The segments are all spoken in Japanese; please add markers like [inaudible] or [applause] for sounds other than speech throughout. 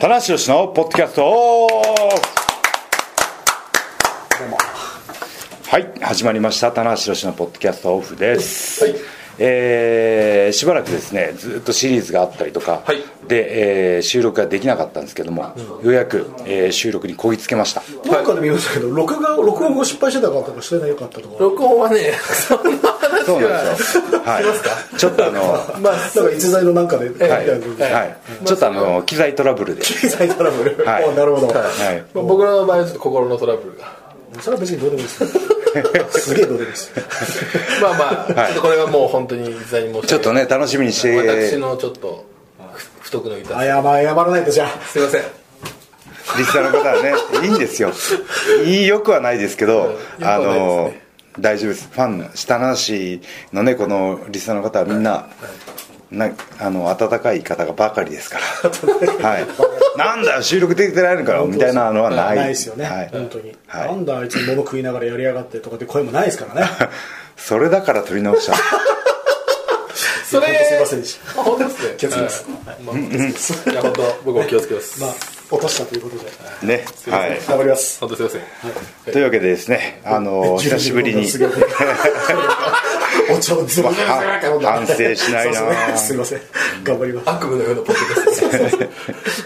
棚橋宏のポッドキャストオフはい始まりました棚橋宏のポッドキャストオフです、えーしばらくですねずっとシリーズがあったりとか、はいで、えー収録ができなかったんですけども、ようやく、えー収録にこぎつけましたどっかで見ましたけど、録画、録音を失敗してたかとかしてなかったとか、録音はね、 [laughs] そんな話そうなんはですよ、はい、ちょっとあ [laughs] の、はまあ、なんか逸材のなんかで、みたいいなはいちょっとあの機材トラブルで逸材トラブル、はいおなるほはど、いまあ僕らの場合はちょっと心のトラブルが。それは別にどうでもいいです、すげえどうでもいいです、まあまあ、はいちょっとこれはもう本当に実際に申しちょっ訳とない。ね楽しみにし私てのちょっとふ不徳のいた。謝謝らないと、じゃあ、すいません。リスナーの方はねいいんですよいいよくはないですけど、うんあよくはないのですね大丈夫ですファン下なしのねこのリスナーの方はみんな,、なあの温かい方がばかりですからはいなんだよ収録できてないのかよみたいなのはないないですよね、はい本当に、はいなんだあいつ、物食いながらやりやがってとかって声もないですからね、 [laughs] それだから撮り直したそれ本当すいませんでしあ本当ですね。気をつけますはい。まあ本当ですいや本当僕も気をつけます。まあ、落としたということで、ねはい頑張ります。本当すいません。というわけでですねあの久しぶりにすげえお茶をズバは反省しないなぁすいませんすいません頑張ります悪夢のようなポッドキャスト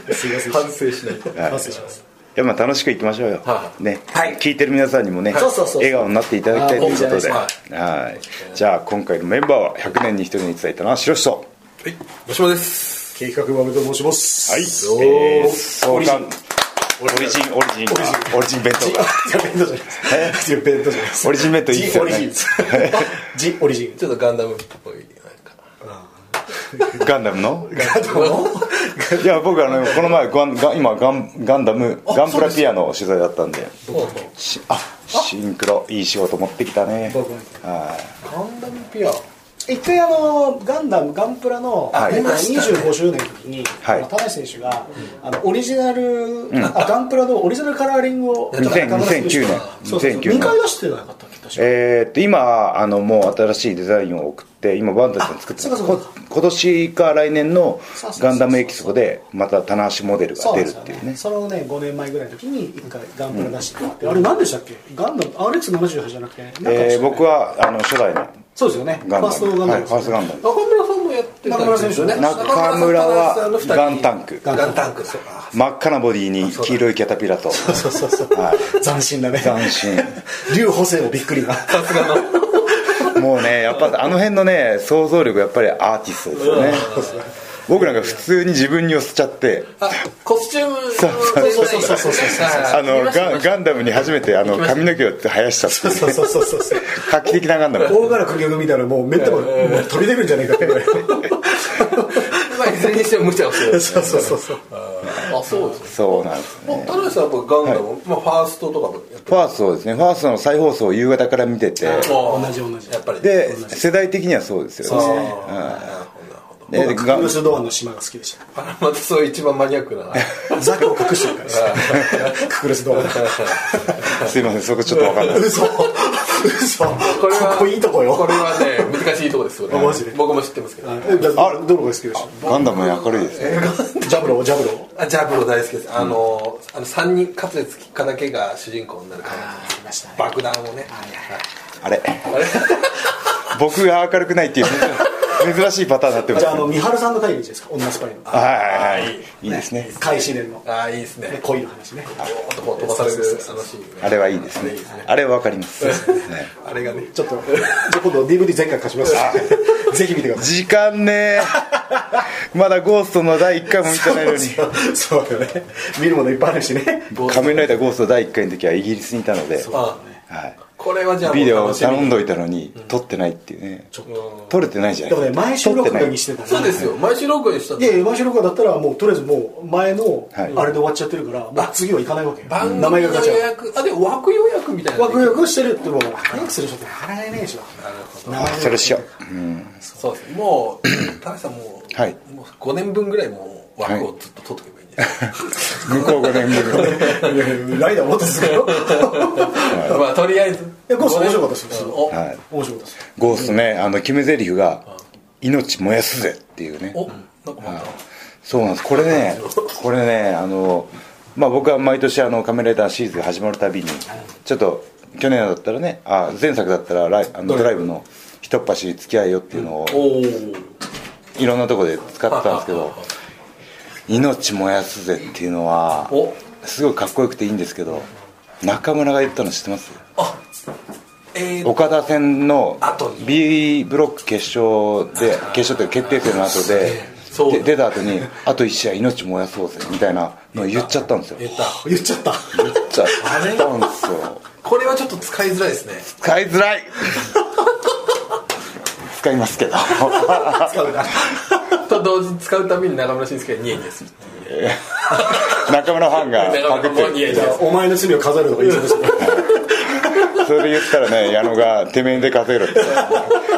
です。すいません反省しない。反省しますいやまあ楽しくいきましょうよ、はいね、聞いてる皆さんにもね、そうそうそう笑顔になっていただきたいということであはいじゃあ今回のメンバーは100年に1人に伝えたのは白石とはい。もしもです。計画バブと申しますはいそうえー創刊オオリリジジンオリジンかオリジン弁当かいや弁当じゃ [laughs] ないです弁当じゃないですオリジン弁当いいっすよねジオリジンちょっとガンダムっぽいなんか。ガンダムのガンダムのいや僕あのこの前ガンガン今ガンガンダムガンプラピアの取材だったんでしあシンクロいい仕事持ってきたね僕もはいガンダムピア。一回あのガンダムガンプラの、はいえっと見ましたね25周年の時に、はいあの田中選手が、あのオリジナル、あガンプラのオリジナルカラーリングを2000 2009年そうそうそう2009年二回出してなかったっけ確かえーっと今あのもう新しいデザインを送って今バンダイさん作ってあまそすうかそうこか今年か来年のそうそうそうガンダムエキスポでまた棚橋モデルがそうな出んるですってよいうねねそのね5年前ぐらいの時に一回ガンプラ出してもらって、あれ何でしたっけガンダム RX78 じゃなくてなんかでしたえよーね僕はあの初代のそうですよねガンダムファーストガンダムはいですファーストガンダム中村さんもやってた中村選手ね中村はガンタンクガンタンクそうか真っ赤なボディに黄色いキャタピラとそうそうそう、斬新だね斬新竜補正もびっくり [laughs] なさすがのもうねやっぱあの辺のね想像力やっぱりアーティストですよね僕なんか普通に自分に寄せちゃってあコスチュームのそうそうそうそうそうそうそうはいあのガンガンダムに初めてあの髪の毛を生やしたっていうそうそうそうそうそう画期的なガンダム大柄釘を見たらもう目ん玉もう飛び出るんじゃないかってぐらいまあいずれにしても無茶をするそうそうそうそうあそうですねそうなんですね田辺さんはやっぱガンダム、まあ、ファーストとかもやってファーストですねファーストの再放送を夕方から見てて同じ同じやっぱりで世代的にはそうですよあーねなるほどなるほどで僕はガクンロスドアの島が好きでしたあまたそういう一番マニアッ [laughs] クなはいザクを隠してるからですクロスドアのすいませんそこちょっと分かんない嘘嘘これはここいいとこよこれはね難しいとこですよねあマジで僕も知ってますけど、えだどのが好きでしガンダム明るいですねたジャブロージャブロあジャブロ大好きですあの,、あの3人滑舌きっかだけが主人公になる感ーいましたじ爆弾をねあれあれ僕が明るくないっていう珍珍しいパターンになってますじゃはああの三春さんの回でいいですか女スパイのいはいはいいいですね開始年のああいいですねね恋の話ね男を飛ばされるあのシーンねあれはいいですねあれは分かりますねあれがねちょっとじゃあ今度 DVD 全巻貸しますぜひ見てください時間ねまだゴーストの第1回も見てないのに [laughs] そうだよね見るものいっぱいあるしね仮面ライダーゴースト第1回の時はイギリスにいたのであはいこれはじゃあビデオを頼んだどいたのに撮ってないっていうねちょっ撮れてないじゃでもなねい毎週録画にしてたらそうですよ毎週録画にしたいやいや毎週録画だったらもうとりあえずもう前のあはれいで終わっちゃってるからもう次は行かないわけよ番名前組がのガチ予ャ約あでも枠予約みたいなワクワクしてるってもう早くする人って払えないでしょなるほそれしよそうですもう田中さんもう,、はいもう5年分ぐらいもう枠をずっと取っとけばいいんじゃなう向こう5年分いやいやライダーもっとすごいよいまあとりあえずいやゴースト面白かったですよすうんごお、はい面白かったですゴーストねあの決め台詞が「命燃やすぜ」っていうねおなんかまたそうなんですこれねこれねあの、まあ、僕は毎年あの「仮面ライダー」シリーズが始まるたびにちょっと去年だったらねあ前作だったらライあのドライブの「ひとっ走り付き合いよ」っていうのをおーいろんなとこで使ってたんですけど「命燃やすぜ」っていうのはおすごいかっこよくていいんですけど中村が言ったの知ってますあえー、岡田戦の後に B ブロック決勝で決勝というか決定戦の後げえそうでで出た後に「あと1試合命燃やそうぜ」みたいなのを言っちゃったんですよ言言っった言っちゃったちゃったんですよこれはちょっと使いづらいですね使いづら [laughs] い使いますけど使うなと同時に使うたびに中村俊輔がニヤニヤする中村ファン [laughs] が中パク村っもてニるヤニヤするお前の罪を飾るとか言いそうですねそれで言ったらね矢野が「てめえで稼 [laughs] げろ」って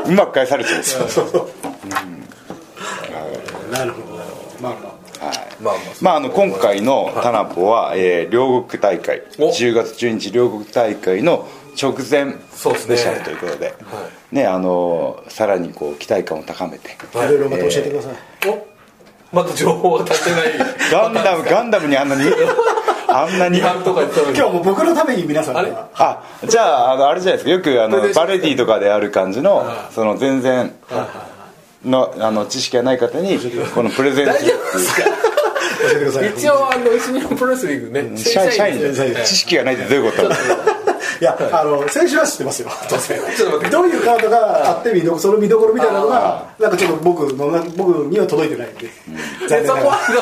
うまく返されちゃうんですよなるほどなるほどまあままあままあ、あの今回のタナポは、えー両国大会お10月12日両国大会の直前スそうっすねペシャルということで、ねあのーさらにこう期待感を高めてああいろいろまた教えてくださいおまた情報が足りてないガンダムガンダムにあんなにあんなに批判とか言ってたのに今日もう僕のために皆さんあれがあじゃああのあれじゃないですかよくあこれのでバレエティとかである感じのその全然のあの知識がない方にこのプレゼントっていう教えてください一応あの西日本プロレスリングね社社員ですで知識がないってどういうことなんですかいやあの選手は知ってますよ当然ちょっと待って [laughs] どういうカードがあって見どこその見どころみたいなのがなんかちょっと僕のな僕には届いてないんで残念そなこがは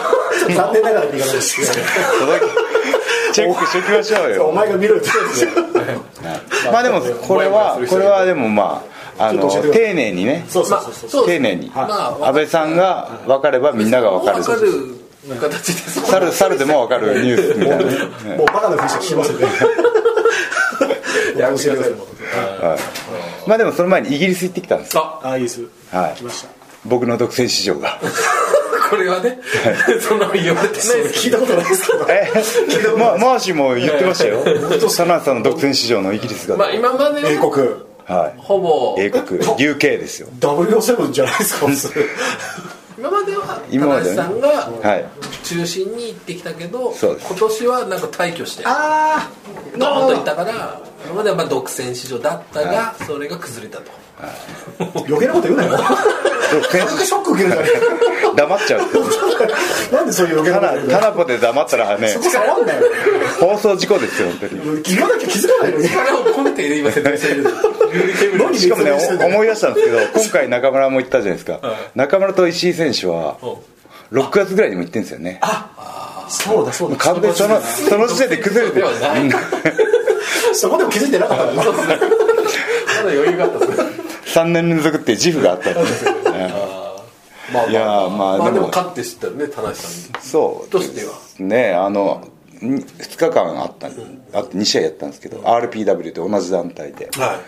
ら残念ながらって言い方ですチェックしておきましょうよお前が見ろよってまあでもこれはもやもやする人これはでもまああちょのっと教えてください丁寧にねそうそうまそうあそうそう丁寧にまあ安倍さんが分かればみんなが分かる分かる形でそう猿猿でも分かるニュースみたいなね [laughs] もうバカなふりして聞き [laughs] ますよねやめてくださいまあでもその前にイギリス行ってきたんですよあああいいですはい来ました僕の独占市場がこれはねそんなの言われてないです聞いたことないですけどえまあマーシー [laughs] も言ってましたよ田中さんの独占市場のイギリスがまあ今まで英は国はいほぼ英国 UK ですよ W7 じゃないですか普通今までは今ま高で橋ねさんがはい中心に行ってきたけどそ今うです年はなんか退去して [laughs] あドーンといったから今まではまあ独占市場だったがそれが崩れたとあ余計なこと言う [laughs] なよ独占なんか市ショック受けるじゃね場黙っちゃうってえなんでそういう余計タなことナ言うのタナポで黙ったらねそこ触んなよ放送事故ですよ本当に気がなきゃ気づかないのに力を込めて [laughs] 今説明してる何しかもね説明してんおだよ思い出したんですけど今回中村も言ったじゃないですか、はい中村と石井選手はうん6月ぐらいにも行ってんですよねそうだそうだ完全にそのその時点で崩れてでるはないそこでも気づいてなかったんだそうですねまだ余裕があったですね3年連続っていう自負があったんですよねまあいやーまあまあででもも勝って知ったらね田中さんにそうどうしてよねあの2日間あったあって2試合やったんですけど RPW と同じ団体で、はいはい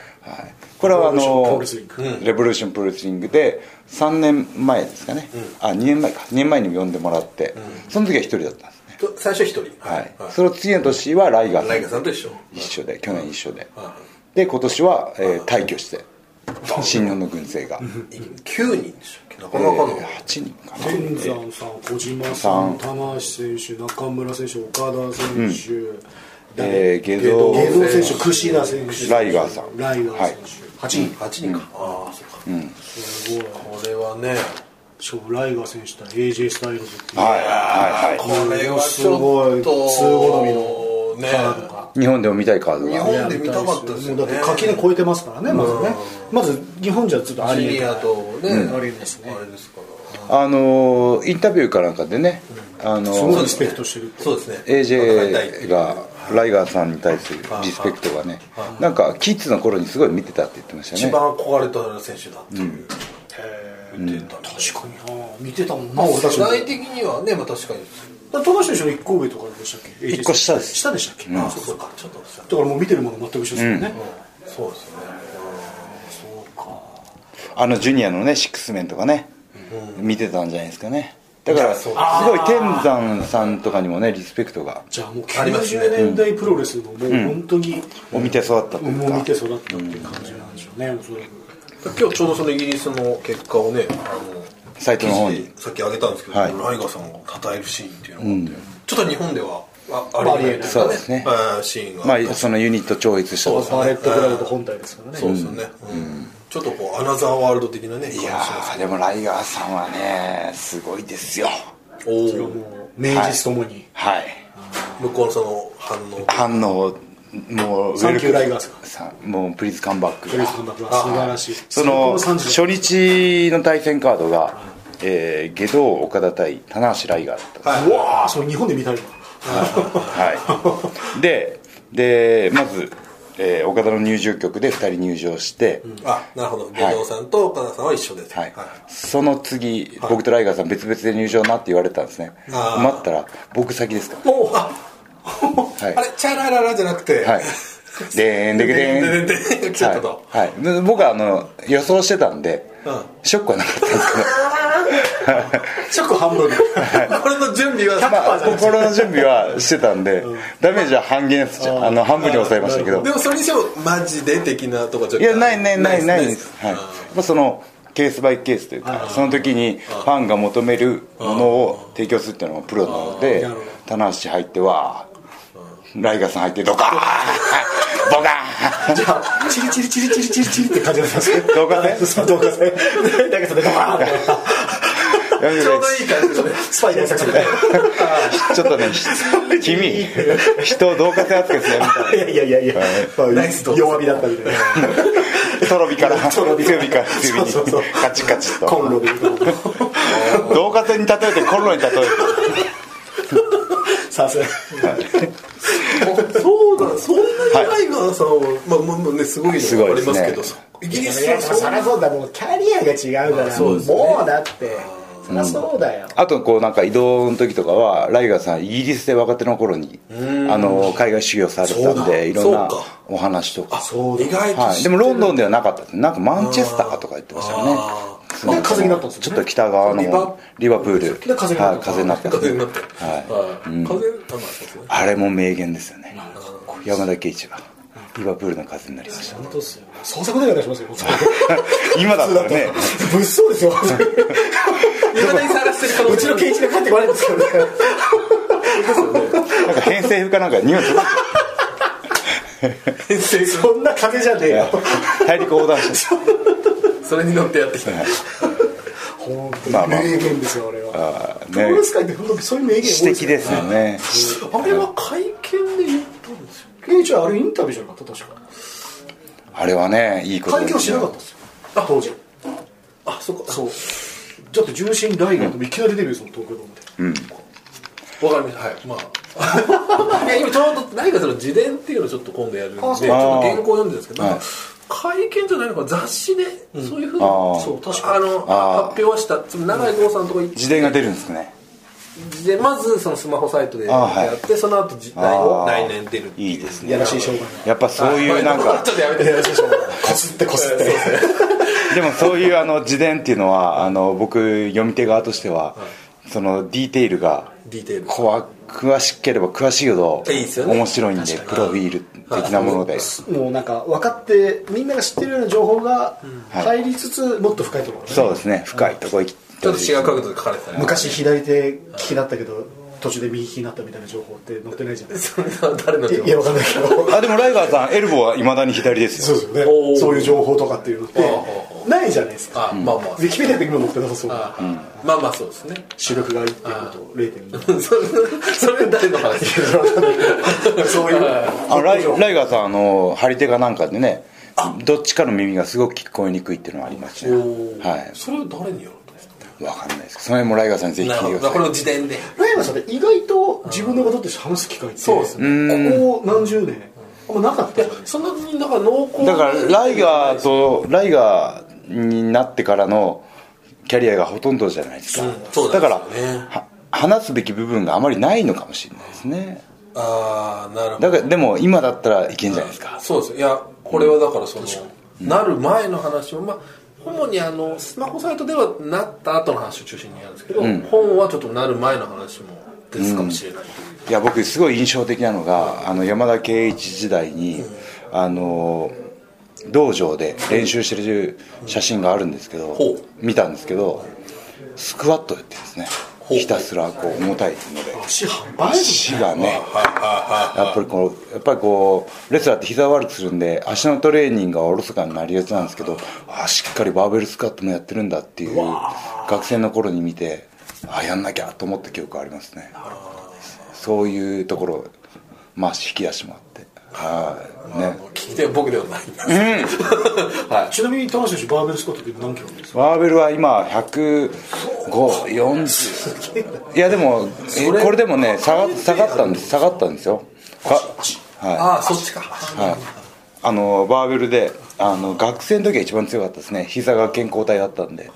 これはあのうレボリューションプロレスリングで3年前ですかね、あ2年前か2年前に呼んでもらって、その時は1人だったんですねと最初一人はい、その次の年はライガーさんライガーさんと一緒一緒で去年一緒ではで今年は、えー退去して新日本の軍勢が、 9人でしたっけなかえなかのー、8人かな天山さん小島さん玉橋選手中村選手岡田選手、えー下道下道選手櫛田選手ライガーさんライガー選手、8人8人かああそうかすごいこれはねしかもライガー選手対 AJ スタイルズっていうはいはいはこれはちょっとすごい通好みねのカードがい日本でも見たいカード日が本で見たかったですよねもうだって垣根超えてますからねまずねまず日本じゃちょっとあシりえリアないとねありえないですねあれですからあのーインタビューかなんかでね、あのーすごいリスペクトしてるそうですね AJ がライガーさんに対するリスペクトがねなんかキッズの頃にすごい見てたって言ってました一ね番憧れた選手だっていう言ってた確かにな見てたもんなまあ俺たち世も代的にはねまあ確かに富樫選手の1個上とかでしたっけ一個下です下でしたっけ、あああそうそうかちょっとそうだからもう見てるもの全く一緒ですよね、そうですねそうかあのジュニアのねシックスメンとかね、見てたんじゃないですかねだかいらやすそごういで天山さんとかにもねリスペクトがじゃあもうありますね90年代プロレスのもう本当に、を見て育ったというかもう見て育ったっていう感じなんでしょうね、おそらく今日ちょうどそのイギリスの結果をねあのサイトの方にさっきあげたんですけど、はいライガーさんを称えるシーンっていうのがあって、ちょっと日本ではあありえないそうですねえーシーンがまあってあそのユニット超越したとかそうそうバーレットクラブと本体ですからねそうですよね、うんちょっとこうアナザーワールド的なね感じいしやますーでもライガーさんはねすごいですよおそれはーもう名実ともに、はい向こうのその反応反応もうサンキューライガーさんもうプリズカンバックプレスの中は素晴らしいその最高初30日の対戦カードが、えー、下道岡田対棚橋ライガーだったんですはうわーそれ日本で見たいわはい、ででまず、えー岡田の入場曲で2人入場して、あなるほど下道さんと岡田さんは一緒です、はいその次、僕とライガーさん別々で入場なって言われたんですねあー待ったら僕先ですかおーあら、はいあれチャラララじゃなくて、 [laughs] はいでーんでけでーんでーんでけでーん来ちゃったとはいはいで僕はあの予想してたんで、うんショックはなかったんです [laughs] けどショック半分これの準備は、ままあ、心の準備はしてたんで、ダメージは半減っすあの半分に抑えましたけどあでもそれにしてもマジで的なとこちょっといやないないないないでですすはいやっぱそのケースバイケースというかその時にファンが求めるものを提供するっていうのがプロなので棚橋入ってはライガーさん入ってドカーンボカーンじゃあチリチリチリチリチリチリって感じだったんですね動画ねそう動画ねだけどねバーンってやめてちくょれうどいい感じのねスパイ大作戦みたいちょっとねひ君人を同化性扱いするのやめたないやいやいやいや、まあナイス動画弱火だったみたいなトロビからト強ロビ火から強火にそうそうそうカチカチとコンロで動画線に例えてコンロに例えてさすがそうだそんなにライガーさんは、まあまあまあねすごいすのごはあいでりすまねすけどそイギリスいやはでもそそんりゃそうだもうキャリアが違うから、そうですねもうだってそりゃそうだよ、あとこうなんか移動の時とかはライガーさんイギリスで若手の頃にあの海外修行されてたんそうだでいろんなそうかお話とかあそう意外と、はい、でもロンドンではなかったですなんかマンチェスターとか言ってましたよねあそので風になったんですよねちょっと北側のリバリバプールで風になったはい風になった風になって、ははい風あまあそうですねあれも名言ですよね山田圭一がリバプールの風になりました本当っすよ創作でお願いしますよ今だったらね物騒ですよ未だに探してる可能性うちのケイチで帰ってこないんですよねなんか偏西風かなんか匂いするそんな風じゃねえよ大陸横断してそれに乗ってやってきた本ま当あにまあ名言ですよ俺はあープロねレス界って本当にそういう名言多い詩的ですよねあれは会見で言ったんですよケイチはあれインタビューじゃなかった確かあれはねいいこと会ですね見をしなかったんですよあ当時あそこそうだって重心ライガーでもいきなり出るよその東京ドームでわかりましたはいまあ [laughs] いや今ちょうど何かその自伝っていうのをちょっと今度やるんでちょっと原稿読んでるんですけどなんか会見じゃないのか雑誌でそういうふうにあーそう確かにあの発表はしたつまり永井豪さんのとか行って自伝が出るんですねでまずそのスマホサイトでやって、その後じ来あー来年出るっていういいですねやらしい商売やっぱそういうなんはいか [laughs] ちょっとやめてやらしい商売こすってこすってでもそういうあの自伝っていうのはあの僕読み手側としてはそのディテールがディテールこわ詳しければ詳しいほどいいですよね面白いんでプロフィール的なものでもうなんか分かってみんなが知ってるような情報が入りつつもっと深いところ、ねそうですね深いとこ行きちょっと違う角度で書かれてたら昔左手利きだったけど途中で右利きになったみたいな情報って載って [laughs] ないじゃないですかそれは [laughs] 誰の情報いや分かんないけどあでもライガーさんエルボーはいまだに左ですそうよですよおーねそういう情報とかっていうのってないじゃないですかあ、まあまあウィキペディアで今載ってなさそうあまあまあそうですね主力がいいっていうことを0.2そそれ誰の話そういうあのライライガーさんあの張り手がなんかでねどっちかの耳がすごく聞こえにくいっていうのはありますねはいそれを誰にやろうと思っ分かんないですけどその辺もライガーさんにぜひなる聞いほてどくださこれいを自伝でライバさんって意外と自分のことって話す機会ってそうですここ何十年あんまなかったじゃないでそすかんなにだから濃厚だからライガーとライガーになってからのキャリアがほとんどじゃないですか、うんそうなんですよねだからは話すべき部分があまりないのかもしれないですねああなるほどだからでも今だったらいけんじゃないですかそうですよいやこれはだからその、なる前の話をまあ主にあのスマホサイトではなった後の話を中心にやるんですけど、本はちょっとなる前の話もですかもしれないといいう、や僕すごい印象的なのがあの山田圭一時代に、あの道場で練習してる写真があるんですけど、ほう見たんですけどスクワットやってるんですねひたすらこう重たいので足半端ないです足がねやっぱりこうやっぱりこうレスラーって膝を悪くするんで足のトレーニングがおろそかになりがちなんですけどあしっかりバーベルスクワットもやってるんだっていう学生の頃に見てあやんなきゃと思った記憶がありますねそういうところまあ引き出しもあってはいね聞き手は僕ではないんですけどはちなみに田中選手バーベルスコットって何キロなんですかワーベルは今10540いやでもえこれでもね下が下がったんです下がったんですよかいはああそっちかい、はい、あのバーベルであの学生の時が一番強かったですね膝が健康体だったんで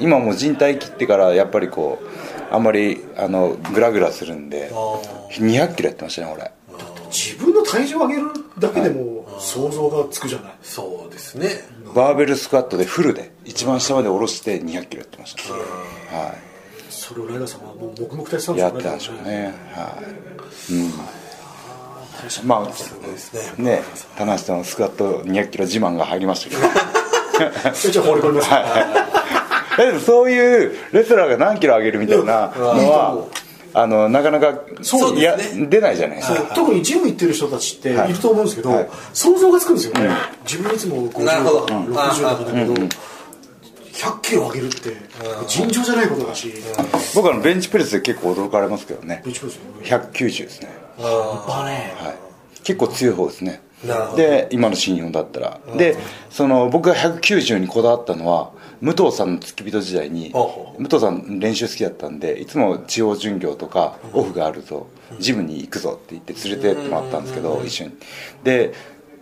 今もう靭帯切ってからやっぱりこうあんまりあのグラグラするんで200キロやってましたね俺自分の体重を上げるだけでも想像がつくじゃないそうですねバーベルスクワットでフルで一番下まで下ろして200キロやってました、はいそれをライガーさんはもう黙々とやってたんでしょやうってたんでしょうね、はい、うん、まあ、ね、田無さんのスクワット200キロ自慢が入りましたけど、ちょいちょい放り込みます、 [laughs] えでもそういうレスラーが何キロ上げるみたいなのいいとは思、あのなかなかそういやですね出ないじゃないですか、特にジム行ってる人たちってはいいると思うんですけど、はい想像がつくんですよね、自分いつも50なるほどうん60とかだけど、100キロ上げるって尋常じゃないことだし、僕はあのベンチプレスで結構驚かれますけどね、ベンチプレス190ですね、だねはい、結構強い方ですねなるほどで今の新日本だったら、でその僕が190にこだわったのは武藤さんの付き人時代にほうほ武藤さん練習好きだったんでいつも地方巡業とかオフがあるとジムに行くぞって言って連れてってもらったんですけど一緒にで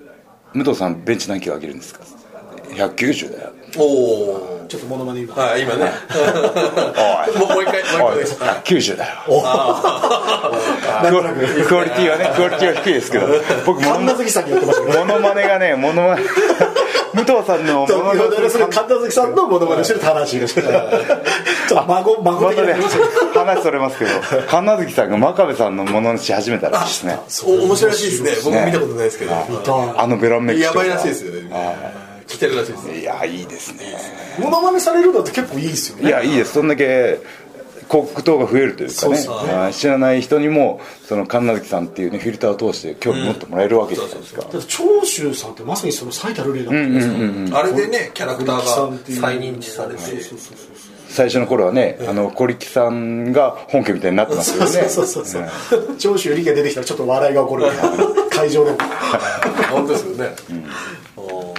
「武藤さんベンチ何キロ上げるんですか?」って言って190だよ」おおちょっとモノマネ今、はい今ねおいも [laughs] うもう一回もう一回ですはい90だよクオクオリティはねクオリティは低いですけど僕も神田月さんにやってましたけどモノマネがねモノマネ武藤さんのモノマネをする神田月さんのモノマネしてる田中選手ちょっと孫孫ま的たなね話話それますけど神奈月さんが真壁さんのものにし始めたらしいですねお面白いらしいですね僕見たことないですけどあのベロンメイクやばいらしいでよすよね来てるらしいですいやいいですねモノマネされるのって結構いいですよいねやいいですそんだけ広告等が増えるというかねそうはい知らない人にもその神奈月さんっていうねフィルターを通して興味持ってもらえるわけじゃないですかだって長州さんってまさにその最たる例だったんですよ、あれでねキャラクターさんがっていう再認知されてそうそうそうそう最初の頃はねあの小力さんが本家みたいになってますよねそうそうそうそう長州力が出てきたらちょっと笑いが起こるみたいな会場でも本当ですよねおー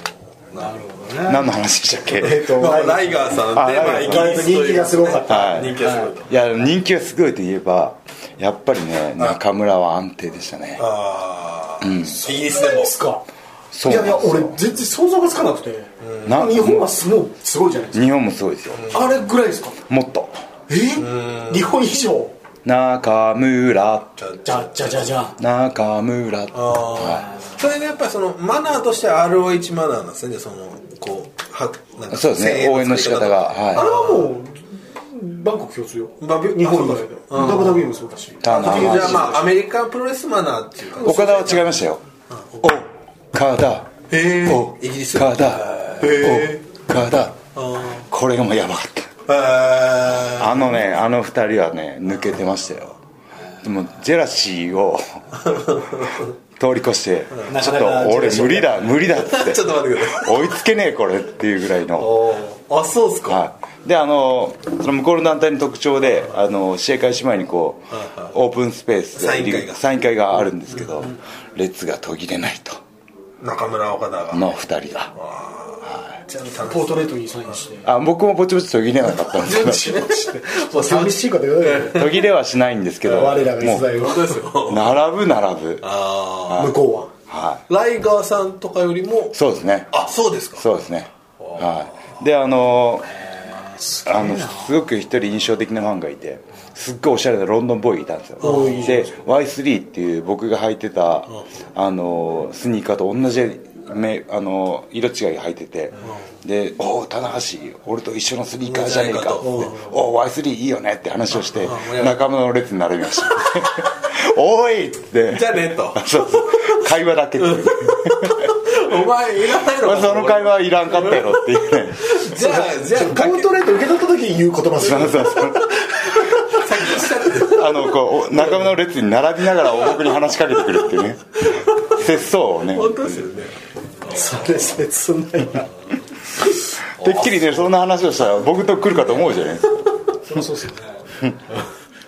なるほど何の話でしたっけえっとまあラライガーさんあでまあライイギガイリブスという人気がすごかった、はい人気がすごいいや人気がすごいといえばやっぱりね中村は安定でしたねあーイギリスでそうもですかそういなやんいですやよ俺全然想像がつかなくて、な日本はすもうすごいじゃないです日本もすごいですよか、あれぐらいですかもっとえ日本以上中村じゃじゃじゃじゃ中村はそれがやっぱりそのマナーとして ROH マナーなんですねそのこうはなんかそうですね声援応援の仕方が作りあれははもうバンコク共通よバビ日本以外あでそうだよ WWE もそうだしターナーじゃあまああアメリカンプロレスマナーっていうかい岡田は違いましたよ岡田へえ岡イギリス田へ岡田あこれがもうやばかったああのね、あの二人はね、抜けてましたよ。でも、ジェラシー [laughs] を通り越して、なちょかっなとか俺無理だ、無理だっつって [laughs] ちょっと待ってください、追いつけねえ、これっていうぐらいの。あそうっすか、はい、であのその向こうの団体の特徴であの試合開始前にこう、オープンスペースでサイン会がサイン会があるんですけど、列が途切れないと中村岡田が、あの二人がちゃんと楽しポートレートにサインしてあ僕もぼちぼち途切れなかったんですけど [laughs] もう寂寂しいしいこと言わないで途切れはしないんですけど [laughs] 我らがも逸材を本当ですよう並ぶ並ぶあ向こうはあライガーさんとかよりもいそうですねあそうですかそうですね。はい。で、あのーあのすごく一人印象的なファンがいてすっごいおしゃれなロンドンボーイがいたんですよおーいいじゃないで Y3 っていう僕が履いてたあのースニーカーと同じめあのー色違いが履いててで「おお棚橋俺と一緒のスニーカーじゃねえか」って「うんおお Y3 いいよね」って話をしてうん仲間の列に並びました [laughs] 「おーい!」っつってじゃあねとそうそう会話だけっていうお前いらないのまあかその会話いらんかったやろっていうねじゃあじゃあコートレート受け取った時に言う言葉ですよそうそうそう先にしちゃって [laughs] あのこうお仲間の列に並びながらお僕に話しかけてくるっていう [laughs] ね節操をね本当ですよねそれ切ないなてっきりねそんな話をしたら僕と来るかと思うじゃないですかそりゃそうですよね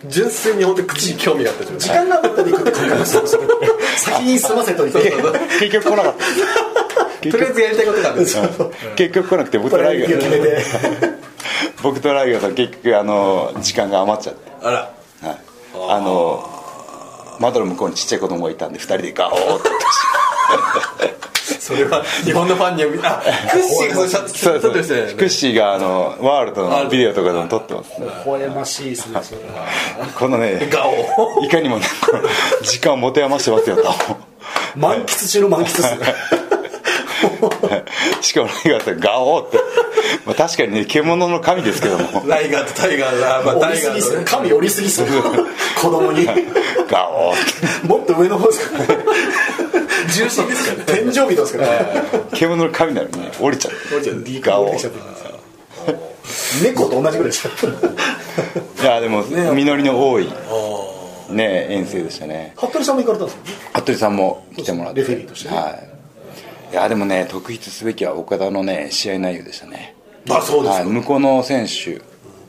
純粋に本当に口に興味があった時間があったら行くって感覚ですよそれ先に済ませといて結局来なかったとりあえずやりたいことがあるんですよ [laughs] 結局来なくて僕ことれライガを決めーて僕とライガーさん結局あの時間が余っちゃってあらはい、あの窓の向こうにちっちゃい子供がいたんで2人でガオーってそれは日本のファンにはみあクッシーがそうしゃ [laughs] そう撮ってましたよですクッねシーがあのワールドのビデオとかでも撮ってますね微笑ましいですねそれはこの [laughs] ね顔をいかにもねこの時間を持て余してますよと満喫中の満喫ですねしかもライガーさんガオーって、まあ、確かにね獣の神ですけどもライガーとタイガーが、まあ、折タりイガーすぎっすとねね神折りすぎっすね子供にガオーっもっと上の方ですからね重心ですからね天井人ですからねて獣の神なのにね降りちゃってガオ降りてきちゃってーるんですよ猫と同じぐらいでしたいやでもね実りの多いね遠征でしたね服部さんも行かれたんですよね服部さんも来てもらってレフェリーとしてねはい、いやでもね特筆すべきは岡田のね試合内容でしたねあそうですはい、か向こうの選手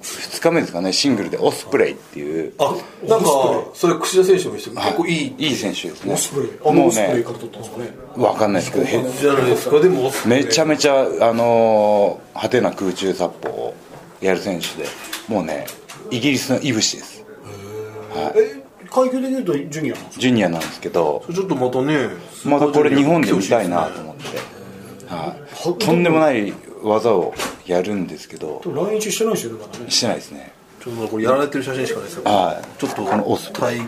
2日目ですかねシングルでオスプレイっていうあなんかそれ櫛田選手も一緒結構いいいい選手ですねオスプレイあのもオうスプレイねから取ったんですかね分かんないですけどへじゃないですかでもめちゃめちゃあのー派手な空中殺法をやる選手でもうねイギリスのイブシですえ階級で言うとジュニアなんですジュニアなんですけどちょっとまたねまたこれ日本で見たいなと思って、はい、とんでもない技をやるんですけどか来日してないですよねまだねしてないですねちょっとこれやられてる写真しかないですよはいちょっとこのオスタイ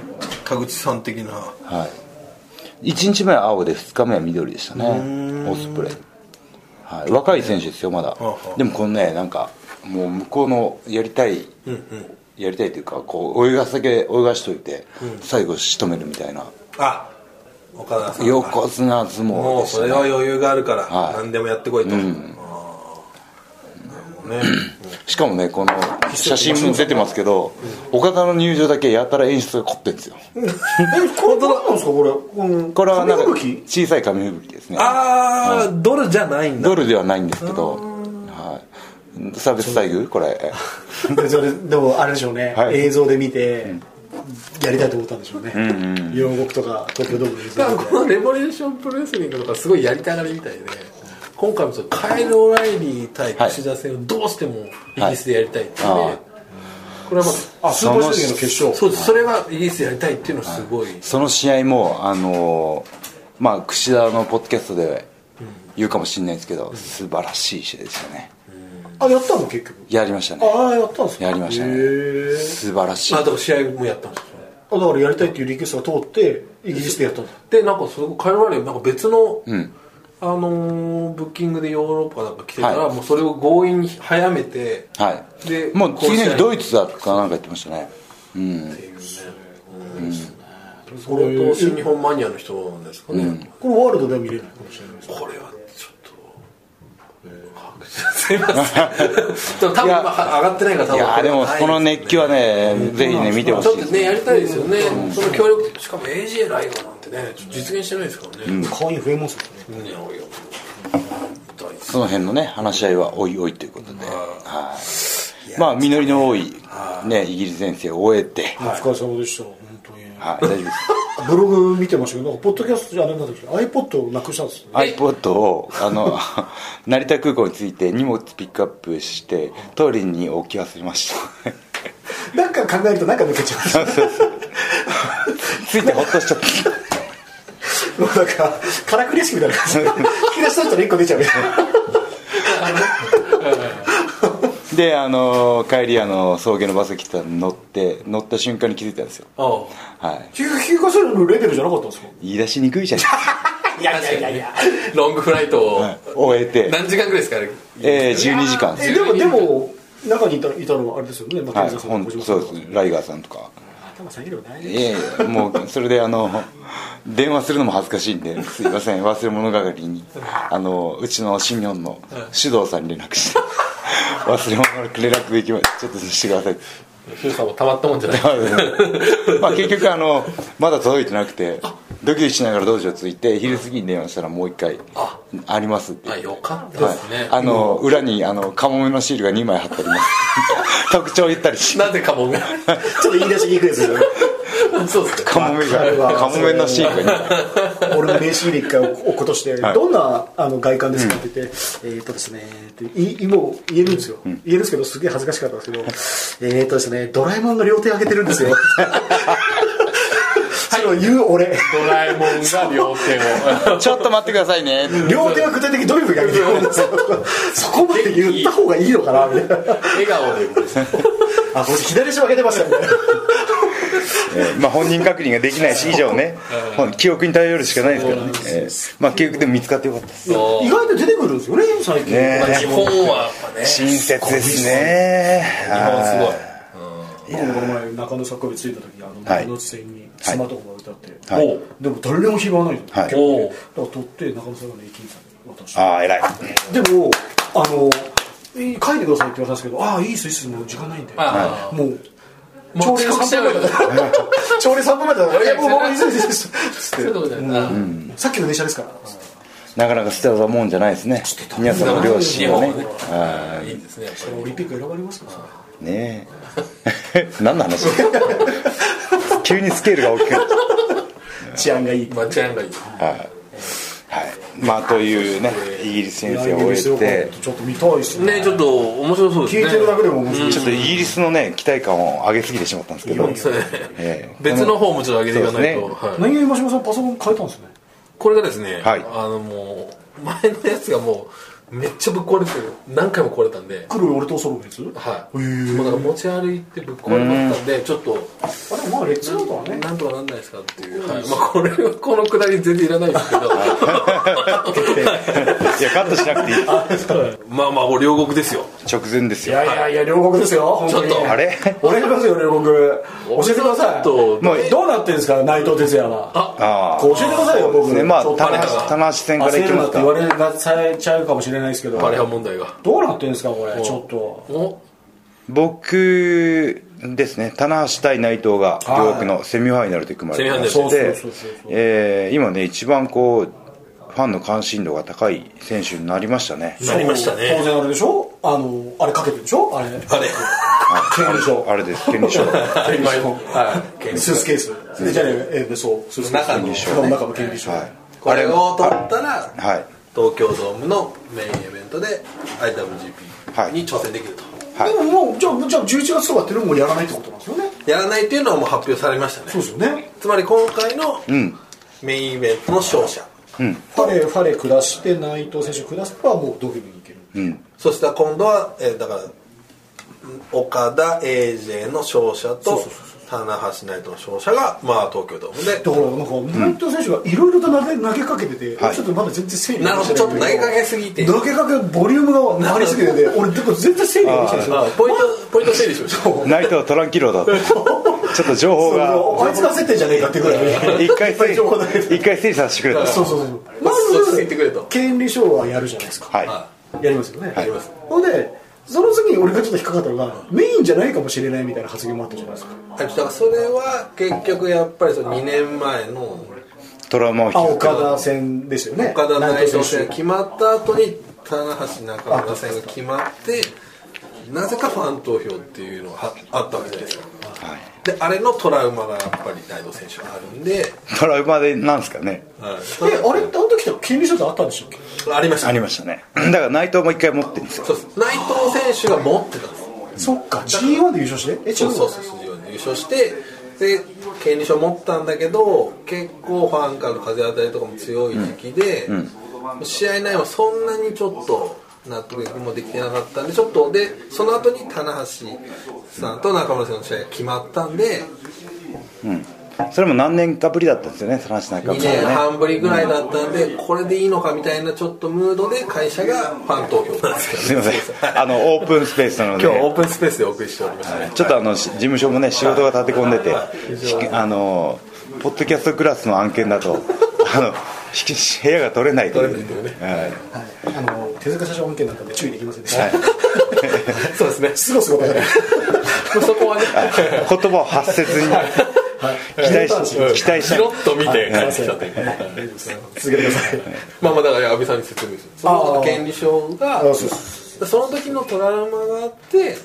田口さん的なはい、1日目は青で2日目は緑でしたねオスプレイ、はい、若い選手ですよまだ、あはあでもこのねなんかもう向こうのやりたい、やりたいというかこう泳がすだけ泳がしといて、最後仕留めるみたいなあ岡田さん横綱相撲もでうしそたれねは余裕があるからはい何でもやってこいとあーなるほどねしかもねこの写真も出てますけど、岡田の入場だけやたら演出が凝ってるんですよえこれどうなんですかこれこのこれはなんか紙吹雪小さい紙吹雪ですねああドルじゃないんだドルではないんですけど、はい、差別待遇これ [laughs] でそれでもあれでしょうね、はい映像で見て、やりたいと思ったんでしょうね、両国とか東京ドームで映像だからで見このレボリューションプロレスリングとかすごいやりたがりみたいで今回もそうカイル・オライリー対櫛田戦をどうしてもイギリスでやりたいってね、はいあこれはまああスーパージュニアの決勝そうですそれはイギリスでやりたいっていうのはすごい、その試合も、あのーまあ、櫛田のポッドキャストで言うかもしれないですけど、素晴らしい試合でしたね、あやったの結局やりましたね、ああやったんですかやりましたねへえ素晴らしいまあ、、でも試合もやったんですよあだからやりたいっていうリクエストが通ってイギリスでやったんだでなんかそこカイル・オライリーなんか別の、あのーブッキングでヨーロッパなんか来てたら、はいもうそれを強引に早めて、はい、でもう次の日、こドイツだとかなんか言ってましたね、っていうね、うんそれと新日本マニアの人なんですかね、これワールドでは見れないかもしれないですこれはちょっと。 [laughs] すいませんでも多分今上がってないから多い分やーでも、そのない熱気はね、ぜひね、見てほちょしっいでとすねね、やりたいですよね、その協力しかも AJ ライガーなんてねちょっと実現してないですからね、うん、会員増えますよねねおいよ大好その辺のね、話し合いはおいおいということで、はいまあ、実りの多い、ね、イギリス遠征を終えて、お疲れ様でした本当にはい、大丈夫です。ブログ見てましたけどなんかポッドキャストじゃあれなんだっけ iPod をなくしたんですよね iPod をあの [laughs] 成田空港に着いて荷物ピックアップしてトイレに置き忘れました [laughs] なんか考えるとなんか抜けちゃうんですよ着いてほっとしちゃったもうなんかからくり式みたいな感じで引き出しとしたら1個出ちゃうみたいな [laughs] であの帰りあの送迎のバスが来たのに乗って乗った瞬間に気づいたんですよきはい引き出しのレベルじゃなかったんですか言い出しにくいじゃないですかいやいやいやいやロングフライトをはい [laughs] 終えて、何時間ぐらいですかあれえー、12時間ですえでもでも中にいたいたのはあれですよね、まあ、はい健三ほんさんと小島さそんうですねライガーさんとか頭下げれば大丈ええもうそれであの電話するのも恥ずかしいんですいません忘れ物係にあのうちの新日本の首藤さんに連絡して忘れ物連絡できまちょっとしてくださいってヒューさんもたまったもんじゃないまあ結局あのまだ届いてなくてドキドキしながら道場ついて昼過ぎに電話したらもう一回あありますってあよかったですね、はい、あの、裏にあのカモメのシールが2枚貼ってあります [laughs] 特徴言ったりしなんでかもめちょっと言い出しにくいですよね [laughs] そうですかカモメわかるがわカモメのシールが2枚俺も名刺入れ一回落っことして、はいどんなあの外観ですかって言って、えーっとですねっていもう言えるんですよ、言えるんですけどすげえ恥ずかしかったんですけど、えーっとですねドラえもんが両手上げてる [laughs] んですよそれを言う俺ドラえもんが両手をちょっと待ってくださいね両手は具体的にどういうふうに上げてるんですよそこまで言った方がいいのかなみたいな [laughs] 笑顔であこれ左足上げてましたみたいなえーまあ、本人確認ができないし以上ね、本記憶に頼るしかないですからね、えーまあ、記憶でも見つかってよかったですねそう意外と出てくるんですよね最近えまあ日本はやっぱね親切ですね日本すごい僕もこの前中野坂上着いた時あのはい中野線に妻とかが歌って、はいおうでも誰も拾わないの、はい結構ねだから取って中野さんがね駅員さんに渡しああ偉いてでもあのえ書いてくださいって言われたんですけどああいいですいいですもう時間ないんでああもうもう遅刻しちゃうよ [laughs] 朝礼3分前だからいやもうもういいですいいですそう [laughs] いうことだよなさっきの電車ですからなかなか捨てたもんじゃないですね皆さんの両親はねああいいですねやっぱオリンピック選ばれますかねえ [laughs] 何の話急にスケールが大きくなっちゃう治安がいいり間違いないはいまあというねイギリス先生を終えてちょっと見たいですねねちょっと面白そうですね聞いてるだけでも面白いちょっとイギリスのね期待感を上げすぎてしまったんですけどそうねええ別の方もちょっと上げていかないそうと、ではい、何が今島さんパソコン変えたんですねこれがですね、はいあのもう前のやつがもうめっちゃぶっ壊れてる何回も壊れたんで黒い俺とおそろのやつはいもうだから持ち歩いてぶっ壊れましたんでちょっとあでもまあレッツノート [laughs] はねなんとかなんないですかっていう、はいまあ、これはこのくだり全然いらないですけ [laughs] どいやカットしなくていいまあまあこれ両国ですよ直前ですいよやいやいや両国ですよ本当にちょっとあれ俺やりますよ両国教えてくださいちょっともうどうなってんですか内藤哲也はああこう教えてくださいよ僕ねまあちょっと棚橋棚橋戦からい焦きるまなっすて言わかれなされちゃうかもしれないですけどバレハ問題がどうなってんですかこれちょっとお僕ですね棚橋対内藤が両国のセミファイナルで組まれてまセミしファイナルてそうそうそうそうえー今ね一番こうファンの関心度が高い選手になりましたねなりました当ね然あれでしょあのあれかけてるでしょあれあれ権利書あれです権利 [laughs] 書 [laughs] 当たり前のはいスーツケースでじゃあねえーそうスーツケース中のその中の権利書はいこれを取ったらはい東京ドームのメインイベントで IWGP に挑戦できると、はいでももうじゃあじゃあ11月とかっていうのもやらないってことなんですよねやらないっていうのはもう発表されましたねそうですよねつまり今回のんメインイベントの勝者、ファレファレ下して内藤選手下せばもうドキュメに行けるそしたら今度は、えーだからん岡田 AJ の勝者と棚橋ナイトの勝者がまあ東京ドームでだからなんか内藤選手がいろいろと投げ投げかけてて、はいちょっとまだ全然整理なるほどちょっと投げかけすすぎて投げかけボリュームが回りすぎてて俺でも全然整理ができないんですあよポイント、ポイント整理しましょう内藤トランキロだ [laughs] とちょっと情報そうがあいつが接点じゃねえかってぐらい一回整 [laughs] いっぱい情報だけど理一回整理させてくれたそうそうそうそうま落ち着いてくれずと権利書はやるじゃないですか、はいはやりますよね、やりますほんでその次に俺がちょっと引っかかったのがメインじゃないかもしれないみたいな発言もあったじゃないですかいだからそれは結局やっぱりその2年前のトラウマを引きあずる岡田戦ですよね岡田内藤戦が内決まった後に棚橋中村戦が決まってなぜかファン投票っていうのがはあったわけじゃないですかはいであれのトラウマがやっぱり内藤選手はあるんで、トラウマでなんですかねえあれあの時って権利書ってあったんでしたっけありましたありましたねだから内藤も一回持ってるんですよそうです内藤選手が持ってたんですそっか G1 で優勝してえ違そううそうそうそう優勝してで権利書持ったんだけど結構ファンからの風当たりとかも強い時期で、試合内はそんなにちょっと納得いくもできてなかったんでちょっとでその後に棚橋さんと中村さんの試合が決まったんでそれも何年かぶりだったんですよね田中中2村さん年ね半ぶりぐらいだったんでこれでいいのかみたいなちょっとムードで会社がファン投票なんですけどすいません [laughs] あのオープンスペースなので今日オープンスペースでお送りしておりましたねちょっとあのし事務所もね仕事が立て込んでてひあのポッドキャストクラスの案件だとあのひ部屋が取れないという取れないとはいあの手塚社長案件だったんで注意できませんでしはたいそうですねすごすごだからそこはね言葉を発せず [laughs] に期待しうん期待しギロッと見て帰はっいてきたという続けてくださいまあまあだから安倍さんに説明するそのあー権利証があそうですその時のトラウマがあって、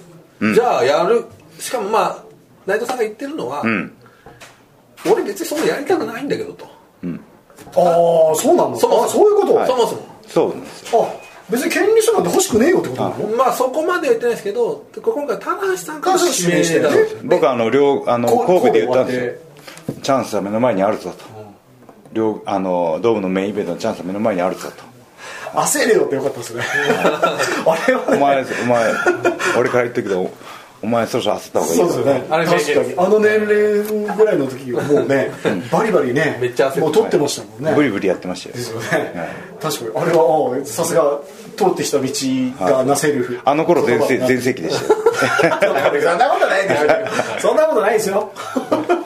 じゃあやるしかもまあ内藤さんが言ってるのは、ん俺別にそんなやりたくないんだけどと、ああそうなのそもそもあそういうこと、そもそもそうなんですよあ別に権利書なんて欲しくねえよってことなのまあそこまでは言ってないですけどで今回田橋さんから田橋指指名名ししててたたんのですよ僕はあの両あのこ神戸で言ったんです神よチャンスは目の前にあるぞと両あのドームのメインイベントのチャンスは目の前にあるぞと焦れよってよかっ [laughs] たですねあれはおね前お前俺から言ったけどおお前そろそろ焦った方がいいそうですよねあれ名確言かにあの年齢ぐらいの時はもうねバリバリねめっちゃ焦ってもう取ってましたもんねブリブリやってましたよですよね確かにあれはああさすが通ってきた道がなせるあの頃全盛全然盛期で [laughs] したよそんなことないですよそんなことないですよ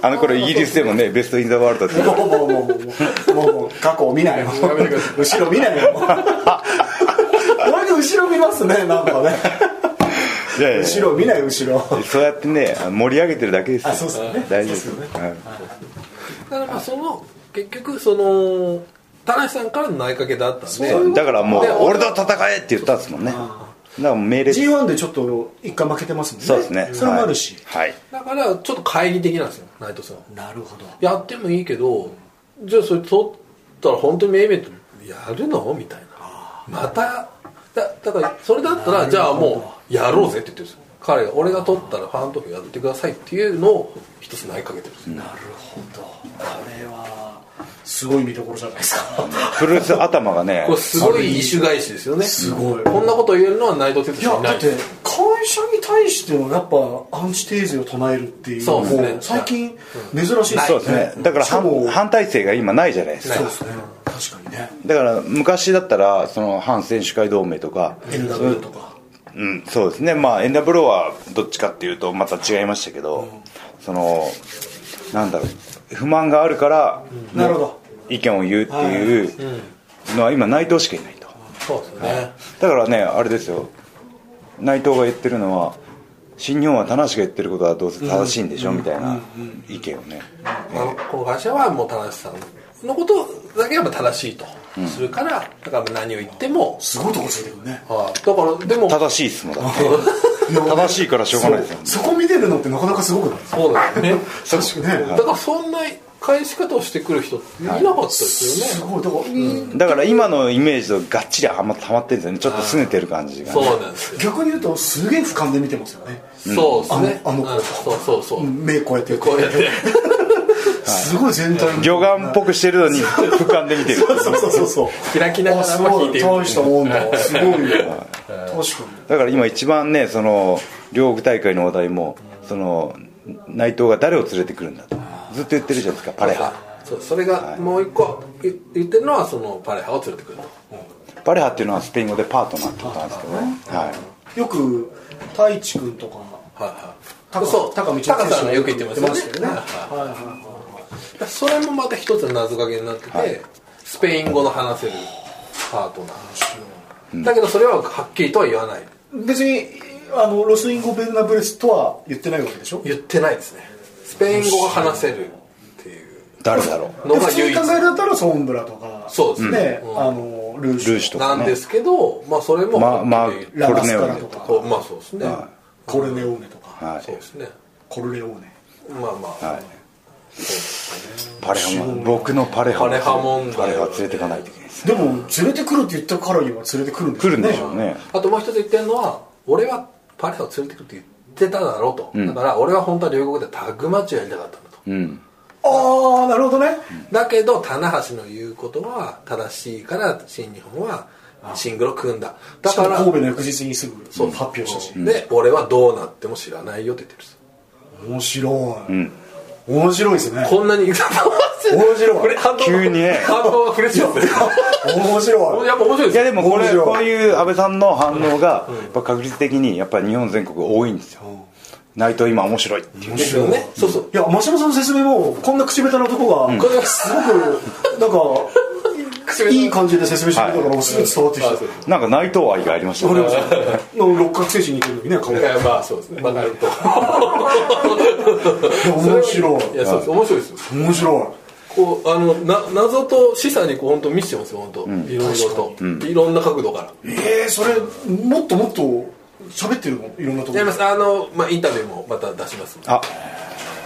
あの頃イギリスでもねベスト・イン・ザ・ワールド [laughs] ってもうもうもうもうもうもう過去を見ないよ後ろ見ないよ俺が後ろ見ますねなんかねいやいや後ろ見ない後ろそうやってね盛り上げてるだけですよあそうっすよね大丈夫そうっすよはいだからまあその結局その田橋さんからの内掛けだったんでそうだからもうで俺と戦えって言ったんですもんねだからもう命令 G1 でちょっと一回負けてますもんねそうですねそれもあるし、はいはいだからちょっと懐疑的なんですよ内藤さんはなるほどやってもいいけどじゃあそれ取ったら本当にメインイベントやるのみたいなまただだからそれだったらじゃあもうやろうぜって言ってるんですよ彼が俺が取ったらファン投票やってくださいっていうのを一つ投げかけてるんですよ、なるほどこれはすごい見どころじゃないですかプロレス頭が [laughs] ねこれすごい異種返しですよねすごいこんなこと言えるのは内藤哲い司やいなだいって会社に対してのやっぱアンチテーゼを唱えるっていうそうですねも最近珍しいですそうよですねだからしかも反反体制が今ないじゃないですかそうですね確かにねだから昔だったらその反選手会同盟とか NW とかうん、そうですね、まあ、エンダブローはどっちかっていうと、また違いましたけど、そのなんだろう、不満があるから、なるほど意見を言うっていうのは、今、内藤しかいないと、そうですよね、だからね、あれですよ、内藤が言ってるのは、新日本は田無が言ってることはどうせ正しいんでしょ、みたいな意見をね、あのこの会社はもう田中さんのことだけが正しいとするから、だから何を言っても、すごいとこついてくるねはいだからでも正しいっすもんだって、いや正しいからしょうがないですよね、そそこ見てるのってなかなかすごくないですかそうだ [laughs] よね確かにねだからそんな返し方をしてくる人っていなかったですすよね、ごいだからだから今のイメージとがっちりはまはまってるんですよね、ちょっと拗ねてる感じがね、そうなんですよ、逆に言うとすげえ俯瞰で見てますよねそうですねあのあのうんそうそうそう、目こうやってこうやって [laughs] すごい全体見てる魚眼っぽくしてるのに、俯瞰で見てる。そうそうそうそう開きながあらすまあご聞いいてい大るしたもんだすごいよ確かだから今一番ねその両国大会の話題もその内藤が誰を連れてくるんだとずっと言ってるじゃないですかパレハそうそれがもう一個言言ってるのはそのパレハを連れてくるとパレハっていうのはスペイン語でパートナーってことなんですけどねはいによく太一君とかはいはい高そう高道高さんがよく言ってますよねけどねはいははいはいはいだからそれもまた一つの謎かけになってて、スペイン語の話せるパートナーだけどそれははっきりとは言わない別にあのロスインゴ・ベルナブレスとは言ってないわけでしょ言ってないですねスペイン語が話せるっていう誰だろうのが普通唯に一考えだったらソンブラとかそうですねねうんあのルーシュルーシュとかなんですけど、まあそれもまあまあはっきり言うラコルラネスオカネラとかとまあそうですね、コルネオーネとかはそういですねコルレオーネまあまあ、パレハも僕のパレハパレハ問題パレハ連れていかないといけないですでも連れてくるって言ったからには連れてくるんです来よるんねでしょうねあともう一つ言ってるのは俺はパレハを連れてくるって言ってただろうと、だから俺は本当は両国でタッグマッチをやりたかったんだとうんああなるほどねだけど棚橋の言うことは正しいから新日本はシングルを組んだだしかからも神戸の翌日にすぐ発そう表したしで俺はどうなっても知らないよって言ってるんです面白い面白いですねこんなに面白い反応が急にね反応がフレッシュですね面白いやっぱ面白いですいやでもこ面れ白いこういう安倍さんの反応がやっぱ確率的にやっぱり日本全国多いんですよ内藤今面白いっていう面白いねそうそういや、真島さんの説明も、こんな口下手な男が、これがすごく、なんか、いい感じで説明してくれたから、すぐ伝わってきまあたそうです。なんか内藤愛がありましたねなんか六角精神似てるのにね、顔だが。からまあそうですねバカルと面白いいやそうです面白いですよ面白こうあのな謎と示唆にこう本当見せてますよ本当、いろいろと、いろんな角度からい。えー、それ、もっともっと、喋ってるのいろんなとこやりま。ろすあの、まあ、インタビューもまた出しますあ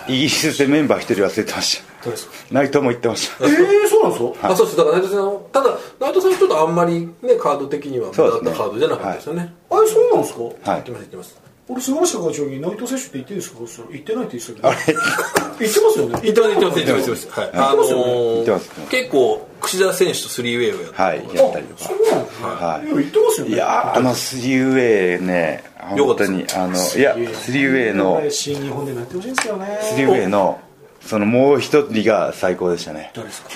イギリスでメンバー一人忘れてました内藤も言ってましたえー、そうなんですかあそうですだから内藤さんただ内藤さんはちょっとあんまりねカード的には目立そうですっねたカードじゃなかったですよねあれ、そうなんですかは言っいてます言ってます俺、菅原社会長に内藤選手って言ってるんですかそしたら言ってないって言ってたよね。言ってますよ言ね。ってます言ってます言ってますはいあの言ってますー結構櫛田選手とスリーウェイをやって、はいやったりとそかうなんですね。はいいや、言ってますよね。いやーあの 3way ねよかっ本当たですにあのいや 3way の新日本でもやってほしいんですよね。 3way のそのもう一人が最高でしたね誰ですか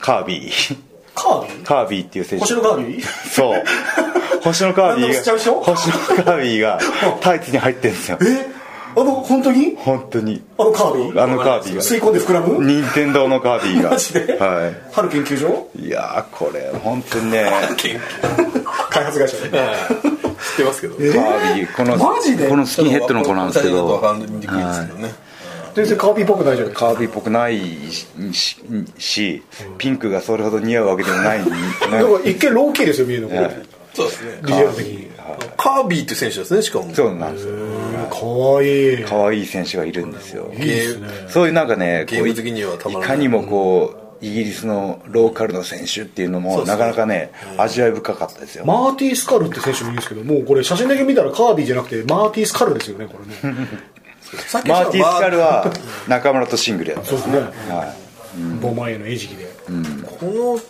カービィ [laughs] カービィカービィっていう選手星野カービィそう星野カービ何でも知っちゃうィ人が星野カービィ [laughs] がタイツに入ってるんですよえあの、本当に本当にあのカービィあのカービィが吸い込んで膨らむ任天堂のカービィがマジでは春研究所いいやーこれ本当にね開発会社知で。ってますけどカービィこのマジでこのスキンヘッドの子なんですけどわかりにくいですけどね、全然カービィっぽくないじゃないですか。カービィっぽくないしししピンクがそれほど似合うわけでも [laughs] ないなないんか一見ローキーですよ、見えるの。これそうですねリアル的に。カービーっていう選手ですねしかもそうなんですよかわいい。可愛い選手がいるんですよゲーそういうなんかねこうゲーム好きにはたまらないかいにもこうイギリスのローカルの選手っていうのもそうそうなかなかね味わい深かったですよマーティー・スカルって選手もいいんですけど、もうこれ写真だけ見たらカービィじゃなくて、マーティー・スカルですよね、これね。さっきマはーティー・スカルは中村とシングルやった [laughs] そうですね。ボマイエの餌食で。この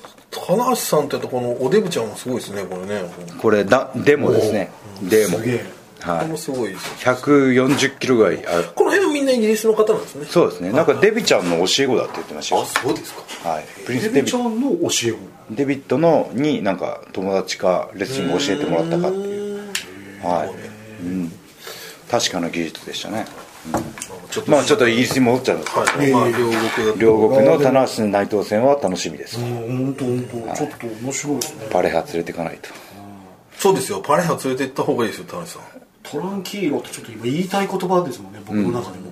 棚橋さんってとこのおデブちゃんもすごいですねこれねこれだデモですねデモすげえ。はこれいもすごいですよ140キロぐらいあるこの辺はみんなイギリスの方なんですねそうですねなんかデビちゃんの教え子だって言ってましたよそうですかはいプリンデスデビビちゃんの教え子。デビットのになんか友達かレッスンを教えてもらったかっていうはい、うん確かな技術でしたね、ちょっとまあちょっとイギリスに戻っちゃうんですけどはいまあ両国だと両国の棚橋内藤戦は楽しみです、うん、ほんとほんと。ちょっと面白いですね。パレハ連れていかないとそうですよパレハ連れて行った方がいいですよ田中さんトランキーロってちょっと今言いたい言葉ですもんね、僕の中でも。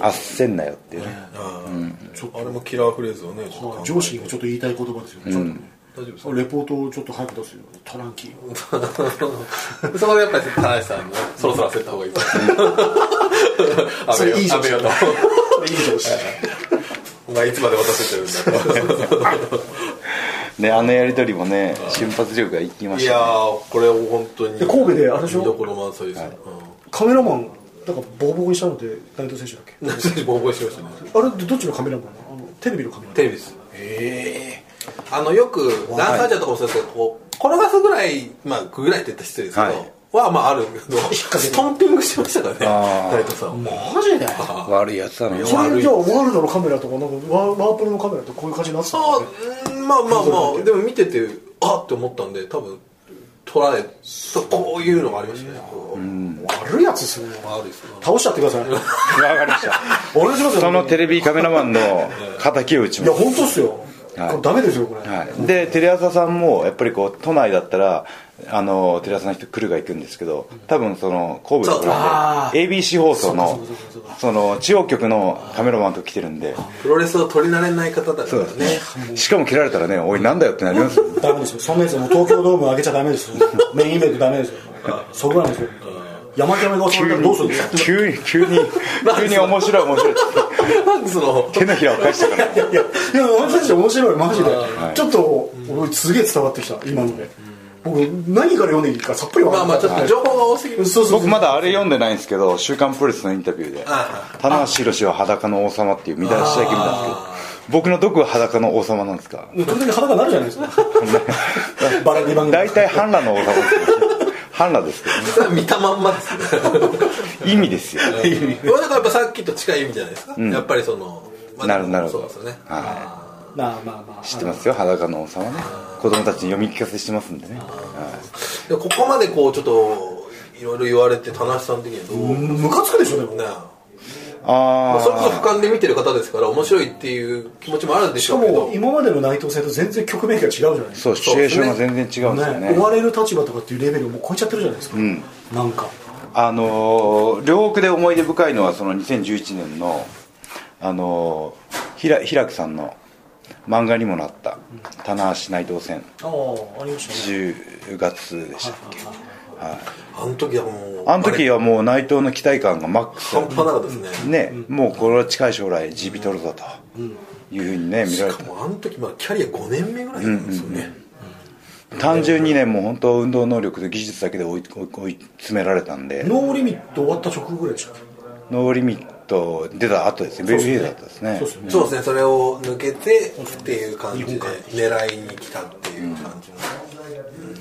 あっせんなよっていうねあれもキラーフレーズをねちょっと上司にもちょっと言いたい言葉ですよね、ちょっとね。大丈夫ですレポートをちょっと早く出すよ。トランキーロ。そこでやっぱり田橋さんのそろそろ焦った方がいいです [laughs] 安倍よそれいい上 [laughs] 司安倍よといい上司。お前いつまで渡せてるんだとねあのやり取りもね瞬発力がいきまいしやたねーこれを本当にで神戸であれでしょ見どころ満載ですよ、うカメラマン、なんかボコボコにしたのって内藤選手だっけん [laughs] 何時も覚えしましたねあれってどっちのカメラマンなのあのテレビのカメラマンテレビですええあのよくランカーチャーとかもそうですけどこう転がすぐらいまあぐらいって言ったら失礼ですけど、はいはまああるけどストンピングしましたからあーね内藤さんもマジで悪いやつだなそ悪れいじゃあワールドのカメラとかなんかワワープロのカメラってこういう感じになってたそのうねうんまあまあまあでも見ててあって思ったんで多分捉えとこういうのがありましたねこう、悪いやつですねあるですね倒しちゃってくださいわかりましたお願いしますよそのテレビカメラマンの敵を打ちいまやす本当っすよ、はいこれダメですよこれ、はい、でテレ朝さんもやっぱりこう都内だったらあのテレ朝の人来るが行くんですけど多分その神戸の方なんで ABC 放送のその地方局のカメラマンと来てるんでプロレスを取り慣れない方だからねしかも切られたらね「おいなんだよ」ってなり [laughs] ますよダメですよそんなやつもう東京ドーム開けちゃダメです [laughs] よメインイベントダメですよそこなんですよ山キャメが襲われたらどうするんですか急に急に急に面白い面白いってなん [laughs] でその手のひらを返した [laughs] からいやいやいや山田選手面白いマジで、ちょっと、俺すげえ伝わってきた今ので、僕何から読んでいいかさっぱりわまかあんまないあちょっと情報が多すぎるそうそう僕まだあれ読んでないんですけど「週刊プロレス」のインタビューで「棚橋宏は裸の王様」っていう見出しだけ見たんですけど僕のどこが裸の王様なんですか時々腹がなるじゃないです [laughs] かバラ2番ぐらい大体半裸の王様ですけどね半裸ですけどねそれは見たまんまですね意味ですよこれだからやっぱさっきと近い意味じゃないですか、やっぱりその、まあなるほどなるほそうどですよねはまあまあまあい知ってますよ裸の王様ね子供たちに読み聞かせしてますんでねはでここまでこうちょっといろいろ言われて田中さん的にはどうムカつくでしょでもねあまあ、それこそあ俯瞰で見てる方ですから面白いっていう気持ちもあるでししかょうけもど今までの内藤戦と全然局面が違うじゃないですかそうシチュエーションが全然違うんですよね追われる立場とかっていうレベルをもう超えちゃってるじゃないですか、なんかあのー両国で思い出深いのはその2011年のあのーひらひらくさんの漫画にもなった「棚橋内藤戦ああありま」したね10月でしたっけあの時はもうあの時はもう内藤の期待感がマックス半端なかったですね、ね、もうこれは近い将来ジビトルだというふうにね見られしてかもあの時まあキャリア5年目ぐらいなんですよね、単純にねもう本当運動能力と技術だけで追い追い追い詰められたんでノーリミット終わった直後ぐらいでしたっけノーリミット出た後ですねベビーフェイスだったですねそうですよねそうですねそれを抜けてっていう感じで狙いに来たっていう感じの、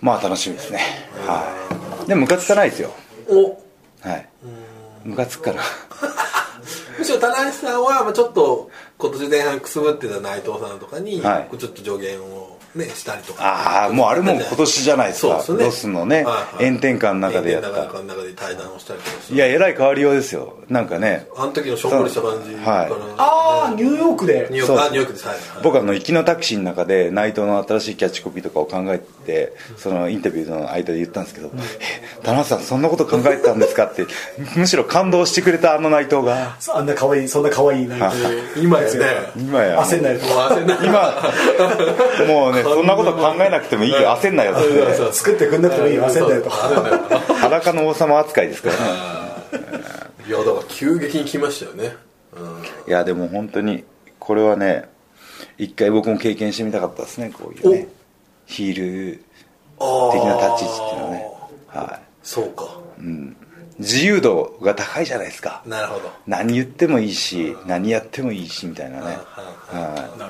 まあ楽しみですねはいでもムカつかないですよおはいムカつくからむしろ田中さんはまあちょっと今年前半くすぶってた内藤さんとかに、はいちょっと助言をねしたりとかああもうあれも今年じゃないですかそうですねロスのねはいはい炎天下の中でやっ炎天下たの中で対談をしたりとかしていやえらい変わりようですよなんかねあの時のしょんぼりした感じから、はいああニューヨークでニューヨークあニューヨークですはいはい僕あの行きのタクシーの中で内藤の新しいキャッチコピーとかを考えてそのインタビューの間で言ったんですけど「え田中さんそんなこと考えてたんですか?」ってむしろ感動してくれたあの内藤があんな可愛いそんな可愛い内 [laughs] 藤今ですね今や焦んないもう焦んない今もうねそんなこと考えなくてもいいよ焦んなよっそうてそう作ってくんなくてもいい焦んないと焦んないと裸の王様扱いですからねいやだから急激に来ましたよね、うん、いやでも本当にこれはね一回僕も経験してみたかったですねこういうねヒール的な立ち位置っていうのはねはそうかい自由度が高いじゃないですかなるほど何言ってもいいし、何やってもいいしみたいなね、はいなるほどね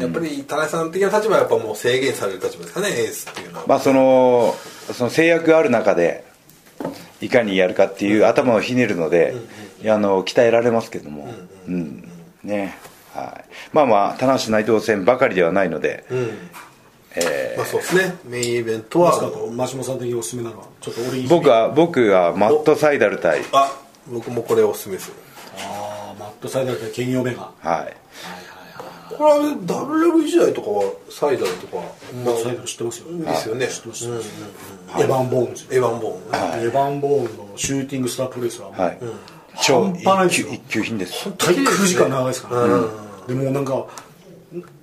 やっぱり田中さん的な立場はやっぱもう制限される立場ですかねエースっていうのは、まあそのその制約がある中でいかにやるかっていう頭をひねるので、いやあの鍛えられますけども、うんねはい、まあまあ田中内藤戦ばかりではないので、うんえまあそうですねメインイベントまはさか真島さん的におすすめなのはちょっと俺ー僕は僕はマット・サイダル対、あ僕もこれをおすすめするああマットサイダルで兼用目がはい、これは WW 時代とかはサイダーとかマットサイダル知ってますよですよね、知ってます知ってますエヴァン・ボーンズエヴァン・ボーン、ねエヴァン・ボーンのシューティングスタープロレスラーも、はい超半端ない一で級すよ一級品です滞空時間長いですから、ねでもうなんか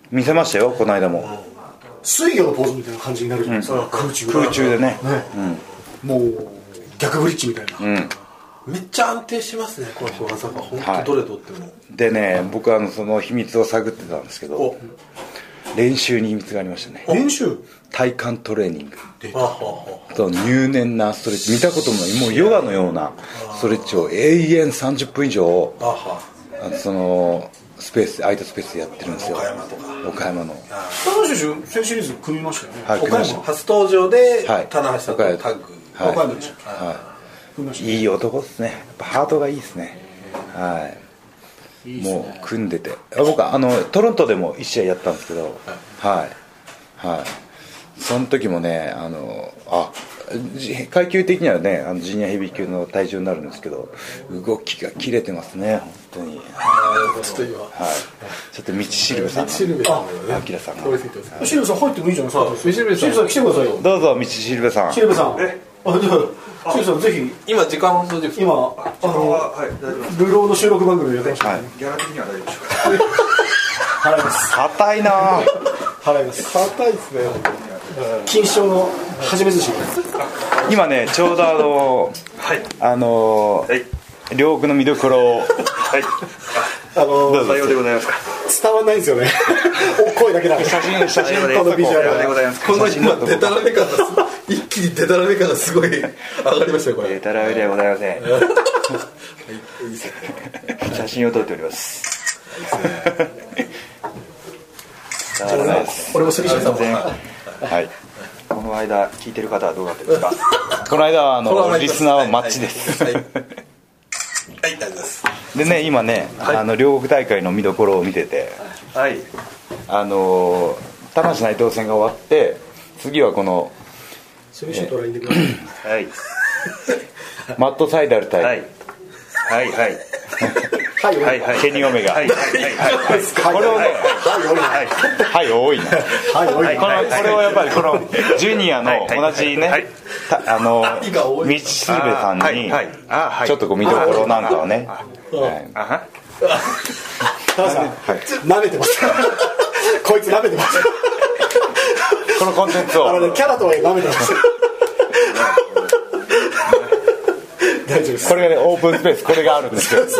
見せましたよこの間も、水魚のポーズみたいな感じになるじゃないですか、空中が空中でねね、もう逆ブリッジみたいな、めっちゃ安定しますねこの人技がは本い当どれとっても、でね僕はあのその秘密を探ってたんですけおど練習に秘密がありましたね練習体幹トレーニングあははと入念なストレッチ見たこともないもうヨガのようなストレッチを永遠30分以上あはあのそのスペース空いたスペースでやってるんですよ岡山とか岡山の高橋選手先シリーズ組みましたよね、はい岡組みました山初登場ではい棚橋さんとタッグはい岡山でしたはい組みましたいい男っすねやっぱハートがいいですねはいもう組んでてあ僕はあのトロントでも1試合やったんですけどはいはいその時もねあのあじ階級的にはねあのジュニアヘビー級の体重になるんですけど動きが切れてますね本当にあーちょっと今はい、ちょっと道しるべさんがシルベさんがね明さんが通り過ぎてますシルベさん入ってもいいじゃないそうですかシルベさシんルベさん来てくださいよどうぞ道しるべさんシルベさんえあじゃあシルベさんぜひ今時間を掃除今あのはい、大丈夫です。ルローの収録番組やってましたね、はいギャラ的には大丈夫でしょうか。払います硬いなぁ払います硬いですね金賞の初め寿司今ねちょうどあのはい、あのはい、両国の見どころをはい。あのどうぞさようでございますか。伝わんないんですよね [laughs] お声だけだから写真写真このビジュアさルようでございますか。この真出たらめ感がす一気に出たらめ感がすごい上がりましたよこれデタラメではございません。写真を撮っております。 [laughs] さようでございます俺もスリーシ全然はいこの間聞いてる方はどうなってるんですか。この間はあこのままの行きリますスナーはマッチです、はいはいはい大丈夫です [laughs] でね今ね、あの両国大会の見どころを見ててはい。あの田無内藤戦が終わって次はこのそれシュートラインでくださいはいマット・サイダル対、はいはいはいはいはいはいケニーオメガはいはいはいはいこれをねはいはい多いなはいこのはいこれをやっぱりこのジュニアの同じね、はいたあのが多道いすべさんに、はいはいあはいちょっとこう見どころなんかをね、はいあはタラさんはい舐めてます [laughs] こいつ舐めてますこのコンテンツあのをねキャラとはいえ舐めてます大丈夫ですこれがねオープンスペースこれがあるんですよそ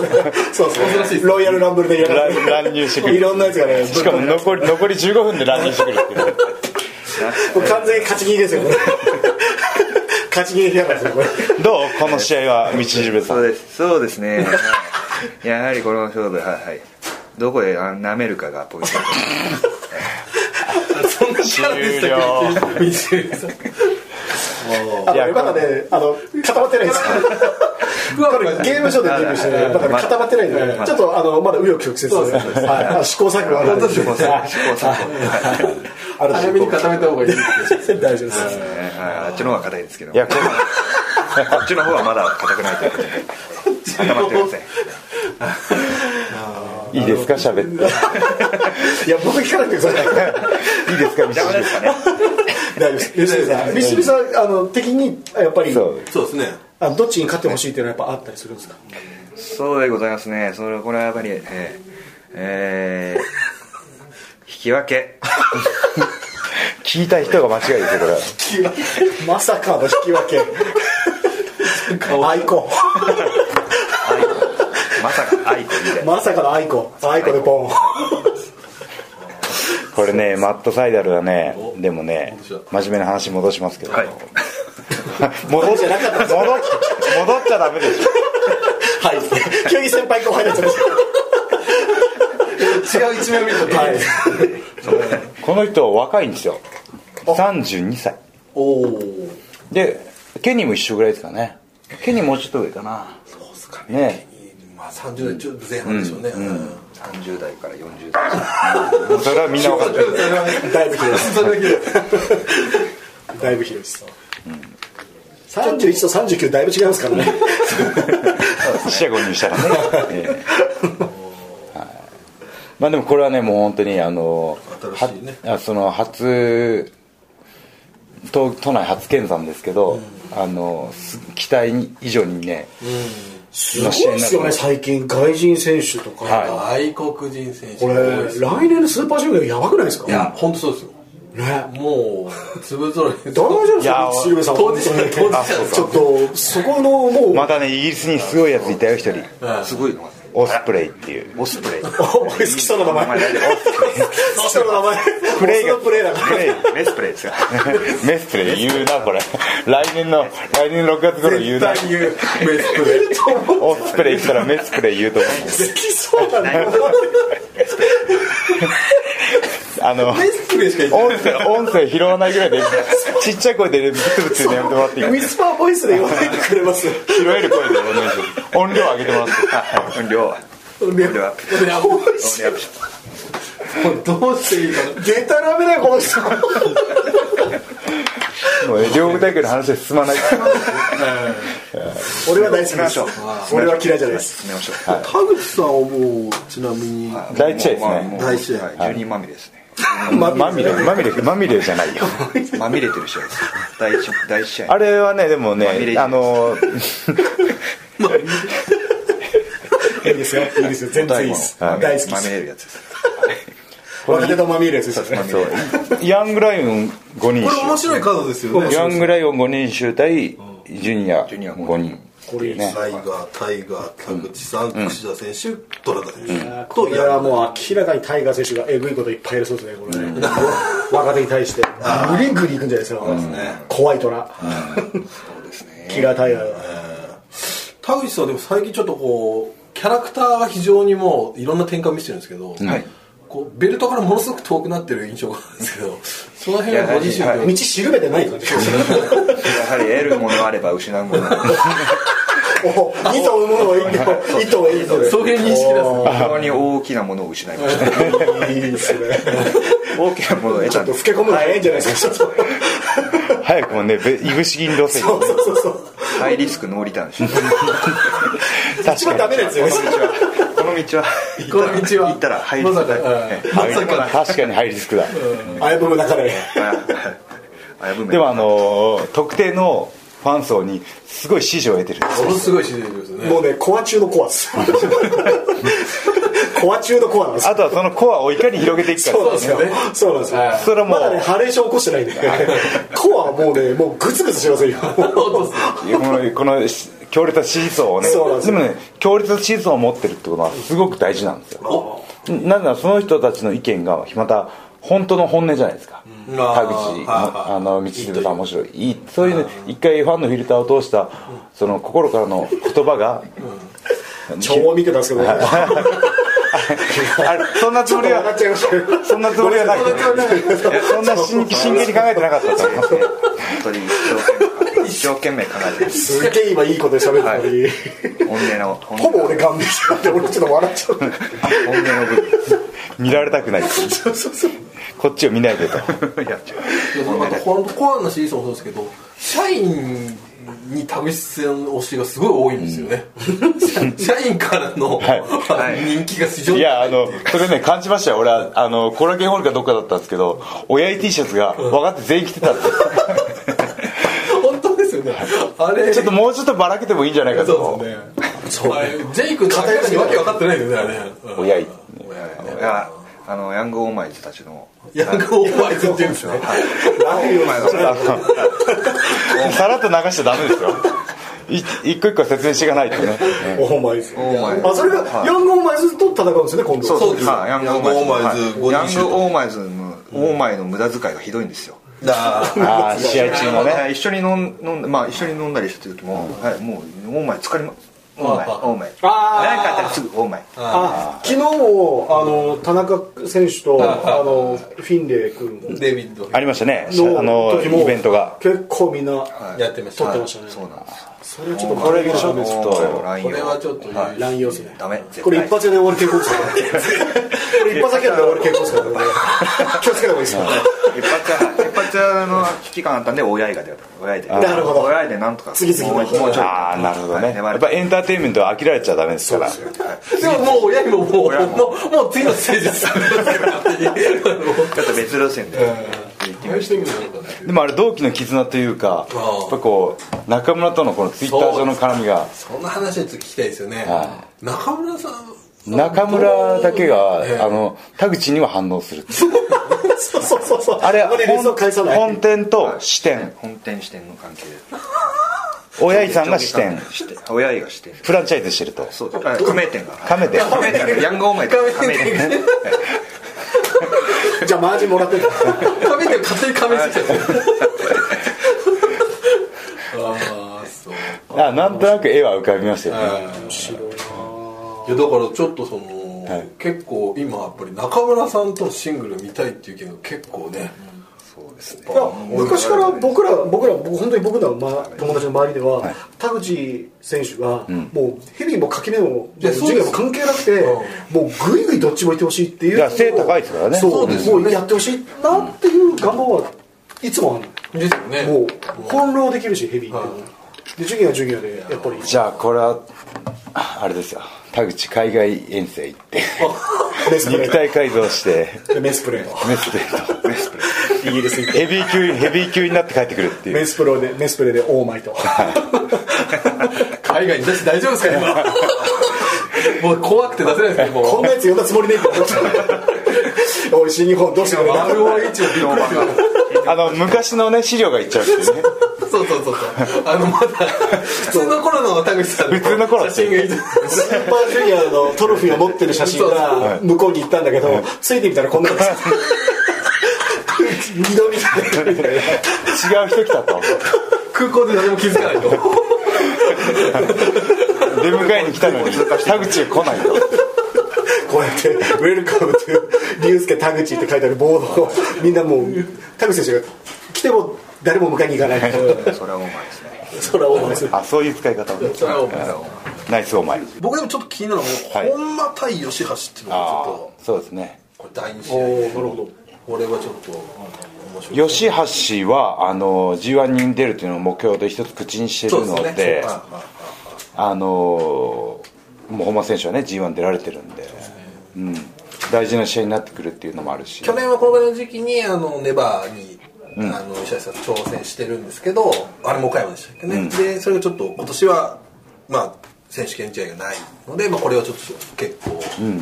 うですねロイヤルランブルでいろんな乱乱入してくるいろんなやつが [laughs] ねしかも残り残り15分で乱入してくるっていうねもう完全に勝ち切りですよ [laughs] これ勝ち切りだからですよこれどうこの試合は道しべさそうんですそうですねはいやはりこの勝負はいはいどこであ舐めるかがポイントですそんなキャラでしたっけ道枝さんあいやのまだねあの固まってないですからふわふこれわゲームショーでデビューしてね、だから固まってないんでね、ちょっとあのまだ紆余曲折ですね、はいまあ、試行錯誤あるんで、試行錯誤ある早んめでに固めた方がいいです全然大丈夫です。はいはいあっちの方が硬いですけどいやここっちの方はまだ硬くないということで固まってませ [laughs] んいいですか喋っていや、僕聞かなくてください。いいですか道し邪魔でべすかね大丈夫です。吉住さん、三島さん、あの、的に、やっぱり、そうそうですねあのどっちに勝ってほしいっていうのは、やっぱあったりするんですか。そうでございますねそれこれはやっぱりえーえー引き分け聞いた人が間違いですよこれはまさかの引き分け。アイコまさか愛とみたいン。まさかのアイコン。アイコンでポン。これねマット・サイダルはねでもね真面目な話戻しますけど、はい [laughs] 戻っじゃなかっ戻たっ戻っちゃダメでしょはい。急に先輩後輩になっちゃいまし違う一面見たた。はい。この人若いんですよ32歳おおでケニーも一緒ぐらいですかねケニーもうちょっと上かなそうですかねねまあ30代ちょっと前半でしょうねうん30代から40代それはみんな分かってるだいぶ広いです。それだけだいぶ広いです。三十一と三十九だいぶ違いますからね。四捨五入した [laughs] らね、ええはいまあでもこれはねもう本当にあの新しいねはあその初都都内初見参ですけど、あのす期待以上にね、すごいですよね、最近、外人選手とか。は外国人選手これ、多いです来年のスーパージュニアやばくないですかいや本当そうですよね。もう粒ぞろいです大丈夫ですやか、シルベさん。当事者本当に当事者ちょっと、そこの、もう、い、またねイギリスにすごいやついたよ一人すごいのがオスプレイっていうオスプレイお好きそうな名前。好きそうな名前。プレイがオスのプレイだから。メスプレイですかメスプレイ言うなこれ来年の来年の6月頃言うな絶対言うメスプレーオスプレイ行ったらメスプレイ言うと思うんです好きそうな名前。あのメスプレーしか言ってない音声音声拾わないぐらいでちっちゃい声でブツブツ言うのやめてもら [laughs] っていいウィスパーボイスで呼ばれてくれます。拾える声でお願いします音量上げてもらって [laughs] 音量は音量はも [laughs] うどうしていいかなデタラメだよ、この人。もうね両国大会の話は進まない俺は大好きです。俺は嫌いじゃないです。進めましょう田口さんはもうちなみに第一試合ですね第一試合はい12まみれですねまみれまみれまみれじゃないよまみれてる試合です第一第一試合あれはねでもまみれねじゃあないのいいですよ、いいですよ、全然いいです。大好きでますみ。れるやつです若手のまみれるやつですよね。そうヤングライオン5人これ面衆白いカードですよねヤングライオン5人衆対ジュニアジュニア5人これいいですライガー、タイガー、田口さん、櫛田選手、ドラダ選手、ことれはやもう明らかにタイガー選手がえぐいこといっぱいやりそうですね、これね。若手に対して、ぐりぐりいくんじゃないですか、怖い虎、キラータイガーが。田口さん、でも最近ちょっとこう、キャラクターが非常にもういろんな転換を見せてるんですけど、はいこうベルトからものすごく遠くなってる印象があるんですけど、その辺はご自身いやでは道しるべてない感じ。やはり得るものあれば失う [laughs] ものある [laughs] お糸を生むのを一頭、糸を得るのでそういう認識なんで非常に大きなものを失いましたいいですね。大きなものを得ちょったんとで老け込むの早いんじゃないですか、ちょっと。早くもねべいぶし銀路線そうそうそうそうハイリスクノーリターンでしょ一番ダメなやつよこの道はこの道は行ったらハイリスクまださかえハイ確かにハイリスクだあやぶの中でえ危ないでもあのー特定のファン層にすごい支持を得てるものすごい指示ですねもうねコア中のコアですコア中のコアなんですあとはそのコアをいかに広げていくかそうなんですよそうですよねそうなんですよはいそれはもまうだねハレーション起こしてないんでコアはもうねもうグツグツしませんよこのこのし強烈な支持層をねそうなんですよもね強烈な支持層を持ってるってことはすごく大事なんですよなぜならその人たちの意見がまた本当の本音じゃないですかうん田あー口はいあの道重さん面白いいいそういうね一回ファンのフィルターを通したその心からの言葉が超見てたんですけど [laughs] あれそんなつちょもっとり笑はっちゃいましたけどそんなつもりはなくそんなつもりはないいやそんな真真剣に考えてなかったと思いますね本当に一生懸命考えてますすげえ今いいことで喋ったのに、本音の本ほ音ぼ俺顔面しちゃって俺ちょっと笑っちゃう本音の見られたくないそうそうそうこっちを見ないでと部分やっちゃうでもなんかこのコアな支持層もそうですけど社員に田口さん推しがすごい多いんですよね、社員からの、はい人気が非常いにやあのそれね感じましたよ俺はあのコラケンホールかどっかだったんですけど親父 T シャツが分かって全員着てたんですよ [laughs] 本当ですよねあれちょっともうちょっとばらけてもいいんじゃないかそうとですねあれジェイクの片にわけ分かってないですよねあれ、うん親父いやあのヤングオーマイズた [laughs] ちのヤングオーバーイズって言うんですよさらっと流しちゃダメですよい一個一個説明していかないとねオーマイズマイズあそれがヤングオーマイズと戦うんですよね今度そうですはいヤングオーマイズヤングオーマイズはいヤングオーマイズのオーマイの無駄遣いがひどいんですよだあー試合中のねはい一緒に飲ん飲んだまあ一緒に飲んだりしてる時もはいもうオーマイ疲れまオーマイあオーマイあー何かあったらすぐオーマイあ昨日もあの田中選手とあのフィンレイ君デイビッドありましたねのあの時もイベントが結構みんなやってました撮ってまはしたねそうなんですよそれはちょっとこれでしょダメですちょっオーとマイいのこ乱れ用はちょっと優秀乱用するダメ絶対これ一発屋で終わる傾向ですからねこれ一発だけで終わる傾向ですからね気をつけた方がいいですよ一発は一発はあの危機感あったんで親いが出た親いでなるほど親いでなんとか次々もうもうちょいああなるほどねはやい粘っれぱエンターテインメントは飽きられちゃダメですからでももう親にももう親ももうもう次のステージですちょっと別路線で行ってみましでもあれ同期の絆というかあやっぱこう中村とのこのツイッター上の絡みがそんな話をちょっと聞きたいですよねは中村さん中村だけが、ええあの田口には反応するっていう [laughs] そうそうそうそうあれあまりレースを返さない本店と支店本店支店の関係で親井さんが支店支店親いが支店フランチャイズしてるとそうあ加盟店が加盟店加盟店がヤングオーマイズ加盟店じゃあマージンもらってる食べて勝手に加盟してきたああそうあなんとなく絵は浮かびましたよねいやだからちょっとその、結構今やっぱり中村さんとのシングル見たいっていう意見が結構ね、いや昔から僕ら僕ら僕本当に僕の、ま、友達の周りでは、田口選手が、もうヘビーも垣根もいやそう授です業も関係なくて、もうぐいぐいどっちもいてほしいっていういや背高いですからねそうそうですよねもうやってほしいなっていう願望はいつもあるですよねのもう翻弄できるしヘビーでも、で授業は授業でやっぱりじゃあこれはああれですよ田口海外遠征行ってメスプレ肉体改造してーメスプレーメスプレーと [laughs] イギリス行っとヘビー級ヘビー級になって帰ってくるってていメうスプロでメスプレーでオーマイと海外に出して大丈夫ですか今もう怖くて出せないですけどこんもなやつ呼んだつもりねえけどおい新日本どうしてくれる丸尾一もびっくりしてますあの昔のね資料がいっちゃうっていうねそうそうそうそうあのまだ普通の頃の田口さんの普通の頃写真がいてスーパージュニアのトロフィーを持ってる写真が向こうに行ったんだけど、ついてみたらこんなの [laughs] が二度見たみたいな違う人来たと空港で誰も気づかないと出迎えに来たのに田口が来ないとこうやって「ウェルカムと竜介田口」って書いてあるボードをみんなもう田口選手が来ても誰も迎えに行かないそれはオーマイですねそれは思いますあそういう使い方それは思いますナイスお前僕でもちょっと気になるのは、はい本間対吉橋っていうのがちょああそうですねっとこれ第二試合おおなるほどこれはちょっと面白い吉橋はあの g 1に出るというのを目標で一つ口にしてるのでそうすねまあまああのーもう本間選手はね g 1出られてるんで、うん、大事な試合になってくるっていうのもあるし去年はこのぐらいの時期にあのネバーに、あの石橋さん挑戦してるんですけどあれも岡山でしたっけね、でそれがちょっと今年はまあ選手権試合がないので、まあ、これはちょっと結構、えー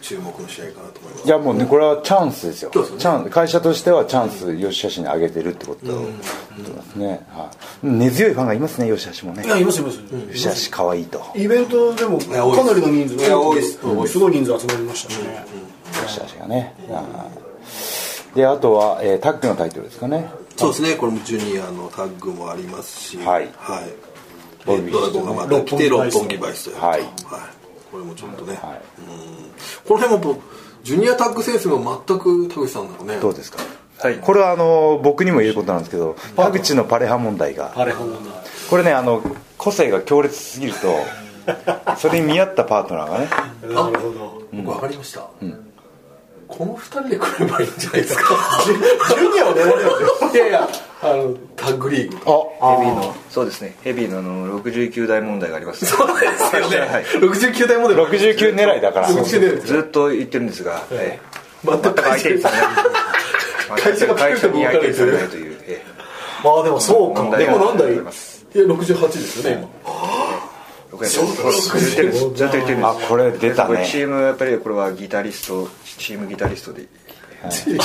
注目の試合かなと思いますいやもうねこれはチャンスですよそうですねチャンス会社としてはチャンス吉橋に上げてるってことだと思いますね、はい、根強いファンがいますね吉橋もねいやいますいます、吉橋可愛いとイベントでもかや多いですなりの人数いや多いですうんすごい人数集まりましたね、吉橋がね、はいであとは、えータッグのタイトルですかねそうですねこれもジュニアのタッグもありますしはいレッドラゴンがまた来て六六本本木木ババイイスとやるはいこれもちょっとね、はいうんこの辺も僕ジュニアタッグ選手も全く田口さんなのねどうですかはいこれはあの僕にも言えることなんですけど田口のパレハ問題があれほんまだこれねあの個性が強烈すぎるとそれに見合ったパートナーがねなるほど僕分かりました、この二人で来ればいいんじゃないですかジュニアを狙われるんですよいやいやあのタッグリーグあヘビーのそうですねヘビーのあの69代問題がありますそうですよね、はい69代モデル69狙いだから69代ずっと言ってるんですが、え全くえ相手にされない会社が会社に相手にされないという、えまあでもそうか問題でがもなんだありよますいや68ですよね今えそうずっと言ってるんですずっと言ってるんですあこれ出たこれねチームやっぱりこれはギタリストチームギタリストでギ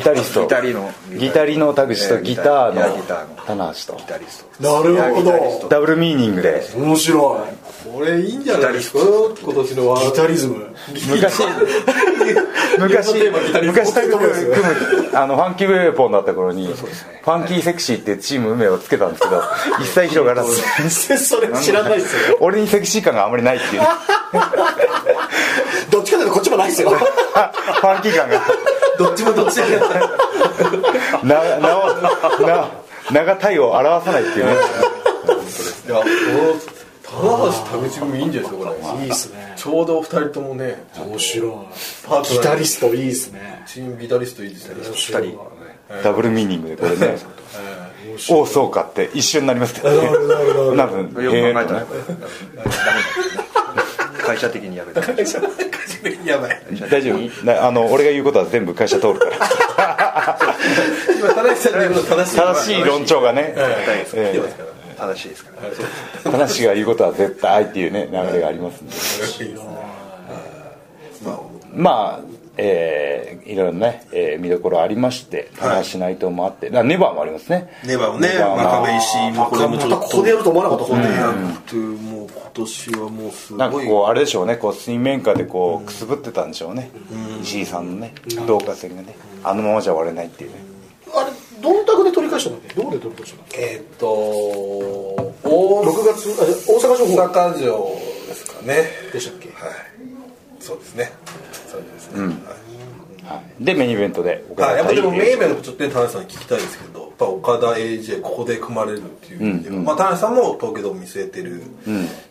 タリストギタリのギタリの田口とええギターいやギのターの棚橋とギタリストなるほギタリどストダブルミーニングで [laughs] 面白これいいんじゃないですか今年のワいギータリズム昔昔日本のテーマギタリスト昔タッグ組むあのファンキーウェーポンだった頃にファンキーセクシーっていうチーム名をつけたんですけど一切広がらずそれ知らないっすよ俺にセクシー感があんまりないっていうねどっちかというとこっちもないっすよファンキー感がどっちもどっちだからななおな長体を表さないっていうねいやこの棚橋田口組いいんじゃないですかこいれいっすねちょうどお二人ともね面白パーいギトナターリストいいっすねチームギタリストいいですね面二白い人ダブルミーニングでこれねおおそうかって一瞬になりますけどねなるほよく考えねたらやっぱりダメだ会社的にやめたやばい大丈夫なあの俺が言うことは全部会社通るから今田中さんの言うこと正しい正しい論調がねええ正しいですから正しいが言うことは絶対っていうね流れがありますんでまあえーいろいろね、えー見どころありまして話しないともあって、なネバーもありますねネバーもね真壁石井もこれもちょっとまたここでやると思わなかった本当にというもう今年はもうすなんかごいこうあれでしょうねこう水面下でこうくすぶってたんでしょうね、石井さんのね導火線がねあのままじゃ終われないっていうねあれどのタグで取り返したんだっけどこで取り返したんだっえーっと大け6月あ大阪城ホール阪城ですかねでしたっけはいそうですねそうですねはいでメインイベントで岡あやっぱでもメインンメントちょっとね田中さんに聞きたいですけどやっぱ岡田 AJ ここで組まれるっていう意味では、まあ、田中さんも東京ドーム見据えてる、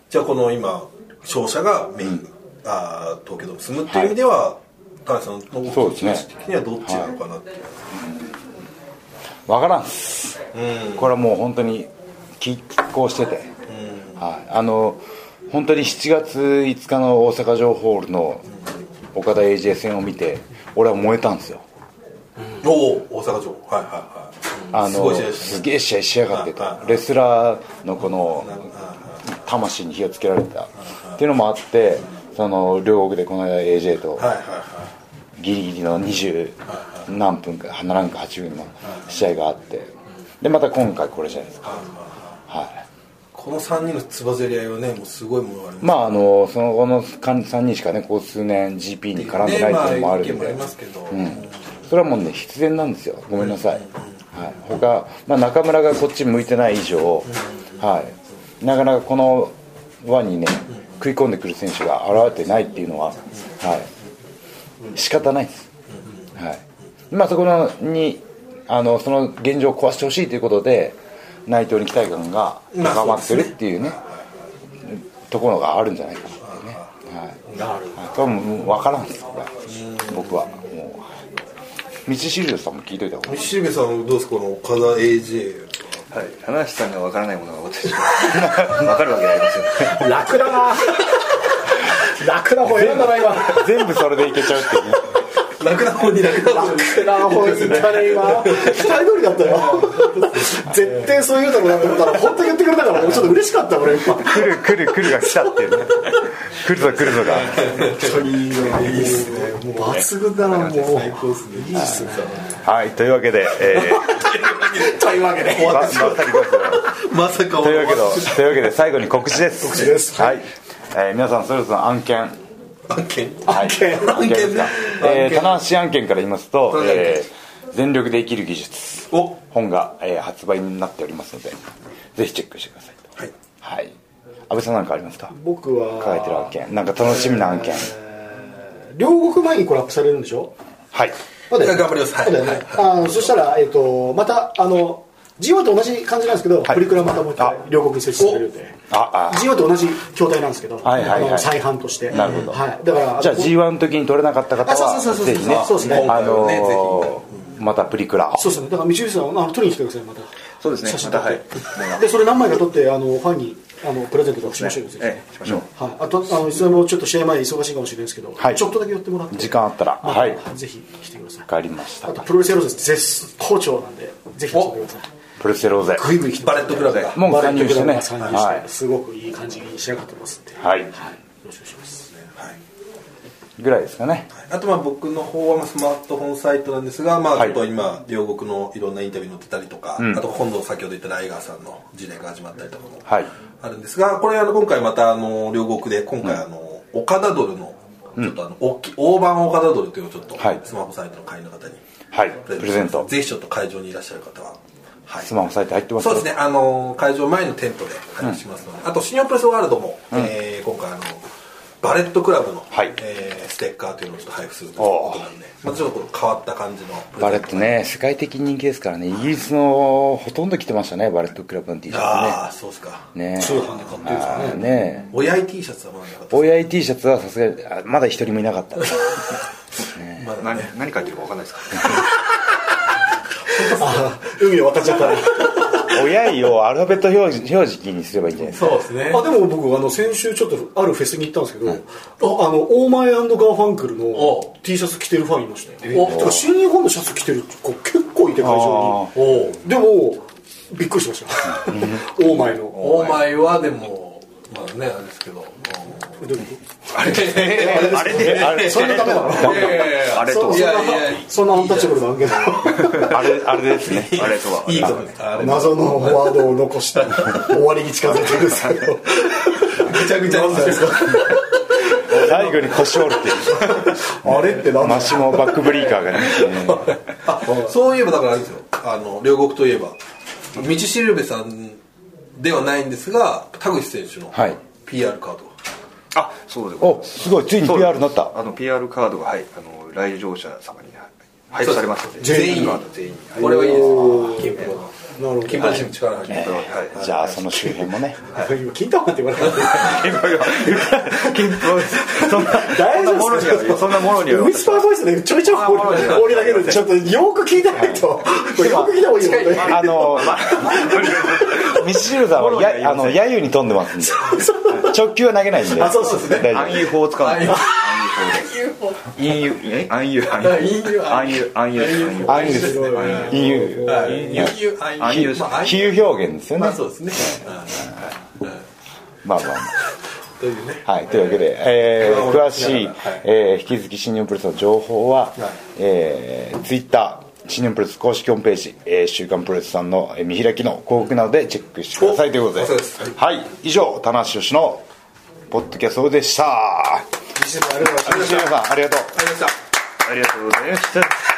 じゃあこの今勝者がメイン、あー東京ドーム住むっていう意味では、田中さんのそうですね気持ち的にはどっちなのかなっていう、分からんっす、これはもう本当に拮抗してて、はい、あの本当に7月5日の大阪城ホールの岡田 AJ 戦を見て俺は燃えたんですよおお大阪城はいはいはい、うんあすごのい試合でしすたねげえ試合しやがってとはいはいレスラーのこの魂に火をつけられたっていうのもあってその両国でこの間 AJ とはいはいはギリギリの20何分か7分か8分の試合があってでまた今回これじゃないですかはいいこの3人のつばぜり合いはねもうすごいものがありますまああのその後の3人しかねこう数年 GP に絡んでないっていうのもあるねんまあ、意見もあでりますけど、それはもうね必然なんですよごめんなさい、はい、他、まあ、中村がこっち向いてない以上、はい、なかなかこの輪にね食い込んでくる選手が現れてないっていうのは、はい、仕方ないです、はいまあ、そこのにあのその現状を壊してほしいということで内藤に期待感が高まってるっていうねところがあるんじゃないかなっていうね、はい、なるはいこれはもう分からんですこれは僕はもう道シルさんも聞いといた方がいい西部さんどうですかこの岡田 AJ はい、棚橋さんがわからないものが私はわかるわけありません楽だな楽な方選んだな今全部それでいけちゃうっていうね楽な方に楽な方に楽な方に行ったね今 [laughs] 期待通りだったよ絶対そう言うだろうなと思ったら本当に言ってくれたからちょっと嬉しかった俺今来る来る来るが来たっていうね来るぞ来るぞがいいっすねもう抜群だなもう最高っすねいいっすねはいというわけで、え [laughs] というわけでー、ばばったりございますまさかというわけでというわけで最後に告知です告知ですはい、えー皆さんそれぞれの案件案件案件案件ですか案件えー棚橋案件から言いますとは「いえー全力で生きる技術お」本が、えー発売になっておりますのでぜひチェックしてくださいとはいはい安倍さんなんかありますか僕は抱えてる案件なんか楽しみな案件両国前にこれアップされるんでしょはいそうだよねいや頑張りますはいそうだよねあのそしたら、えっとまたあの G1 と同じ感じなんですけはど、いプリクラまたもう一回あ両国に設置されるんであ G1 と同じ筐体なんですけど、はいはいはいあの再販としてなるほどはい、だからあじゃあ G1 の時に取れなかった方あはそうそうそうそうぜひねそうですねあのねぜーまたプリクラそうですねだから道内さんあの取りに来てくださいまたそうですね写真ま撮たはいって [laughs] でそれ何枚か撮ってあのファンにあのプレゼントとかしましょうよぜひええしましょうはい、あとあのいつでもちょっと試合前に忙しいかもしれないですけど、はいちょっとだけ寄ってもらって時間あったらまはいぜひ来てくださいわかりましたあとプロレスエローズ絶好調なんでぜひ来てくださいプルセローゼグイグイ来てバレットクラブがもう参入してねバレットクラブが参入してはいすごくいい感じに仕上がってますんではいよろしくお願いしますぐらいですかねあとまあ僕の方はまあスマートフォンサイトなんですが、まあ、はいちょっと今両国のいろんなインタビュー載ってたりとか、あと今度先ほど言ったライガーさんの事例が始まったりとかもはいあるんですがこれあの今回またあの両国で今回あの、岡田ドルのちょっとあの大き大盤岡田ドルというちょっとはいスマホサイトの会員の方にはいプレゼントぜひちょっと会場にいらっしゃる方は、はい、スマホサイト入ってますそうですね、あの会場前のテントで話しますので、あと新日本プロレスワールドも、えー今回あのバレットクラブの、はいえーステッカーというのをちょっと配布するということなんでまたちょっとこう変わった感じのバレットね世界的人気ですからねイギリスのほとんど着てましたねバレットクラブの T シああャそうですかツねね通販で買ってるんですかねあーね親い T シャツはまだなかったで親 i T シャツはさすがにあまだ一人もいなかったすまだ何ね何書いてるかわかんないですから、あ海を渡っちゃったら親いをアルファベット表示表示にすればいいんじゃないですかそうですねあでも僕あの先週ちょっとあるフェスに行ったんですけど、ああのオーマイガーファンクルのお T シャツ着てるファンいましたよおてか新日本のシャツ着てる子結構いて会場におうでもびっくりしましたよオーマイのお前はでもまあねあれです [laughs] けどどういうこあれあれであれとそんなダメなのいやいやいやあれそとうはそいんなやいやそんなアンタッチャブルなわけだあれあれですねあれとはいいことねあれ謎のワードを残 [laughs] して終わりに近づいてるんですけどぐちゃぐちゃになんですか最後に腰折るっていうあれって何だマシモバックブリーカーがね [laughs] あそういえばだからあれですよあの両国といえば道しるべさんではないんですが田口選手のはい PR カードあそうでございおますごいついにそう PR になったあの PR カードがはいあの来場者様にはい配布されますので全員カード全員にはいこれはいいですねなるほど金八金八にも力入ってるはいじゃあその周辺もね今金玉って言われた金そんな大丈そんなも夫ですかのにはそんなものにはウィスパーボイスでちょいちょい放り放り投げるんでちょっとよく聞いてないとこれよく聞いた方がいいよねあのミシシルさんはやあの揶揄に飛んでますんで直球は投げないんであそうそうです大ね丈夫暗誘法を使う暗誘陰誘え暗誘暗誘暗誘暗誘暗誘暗誘ですね陰誘ああ暗い誘うまあああいう比喩表現ですよねまあそうですねまあまあまというねあ [laughs] はいというわけで、えー詳しい、えー引き続き新日本プロレスの情報は、えー、ツイッター新日本プロレス公式ホームページ、えー週刊プロレスさんのえー見開きの広告などでチェックしてくださいということでそうですはい、以上田中氏のポッドキャストでした西島ありがとうございまし西た山さんありがとうありがとうございましたありがとうございました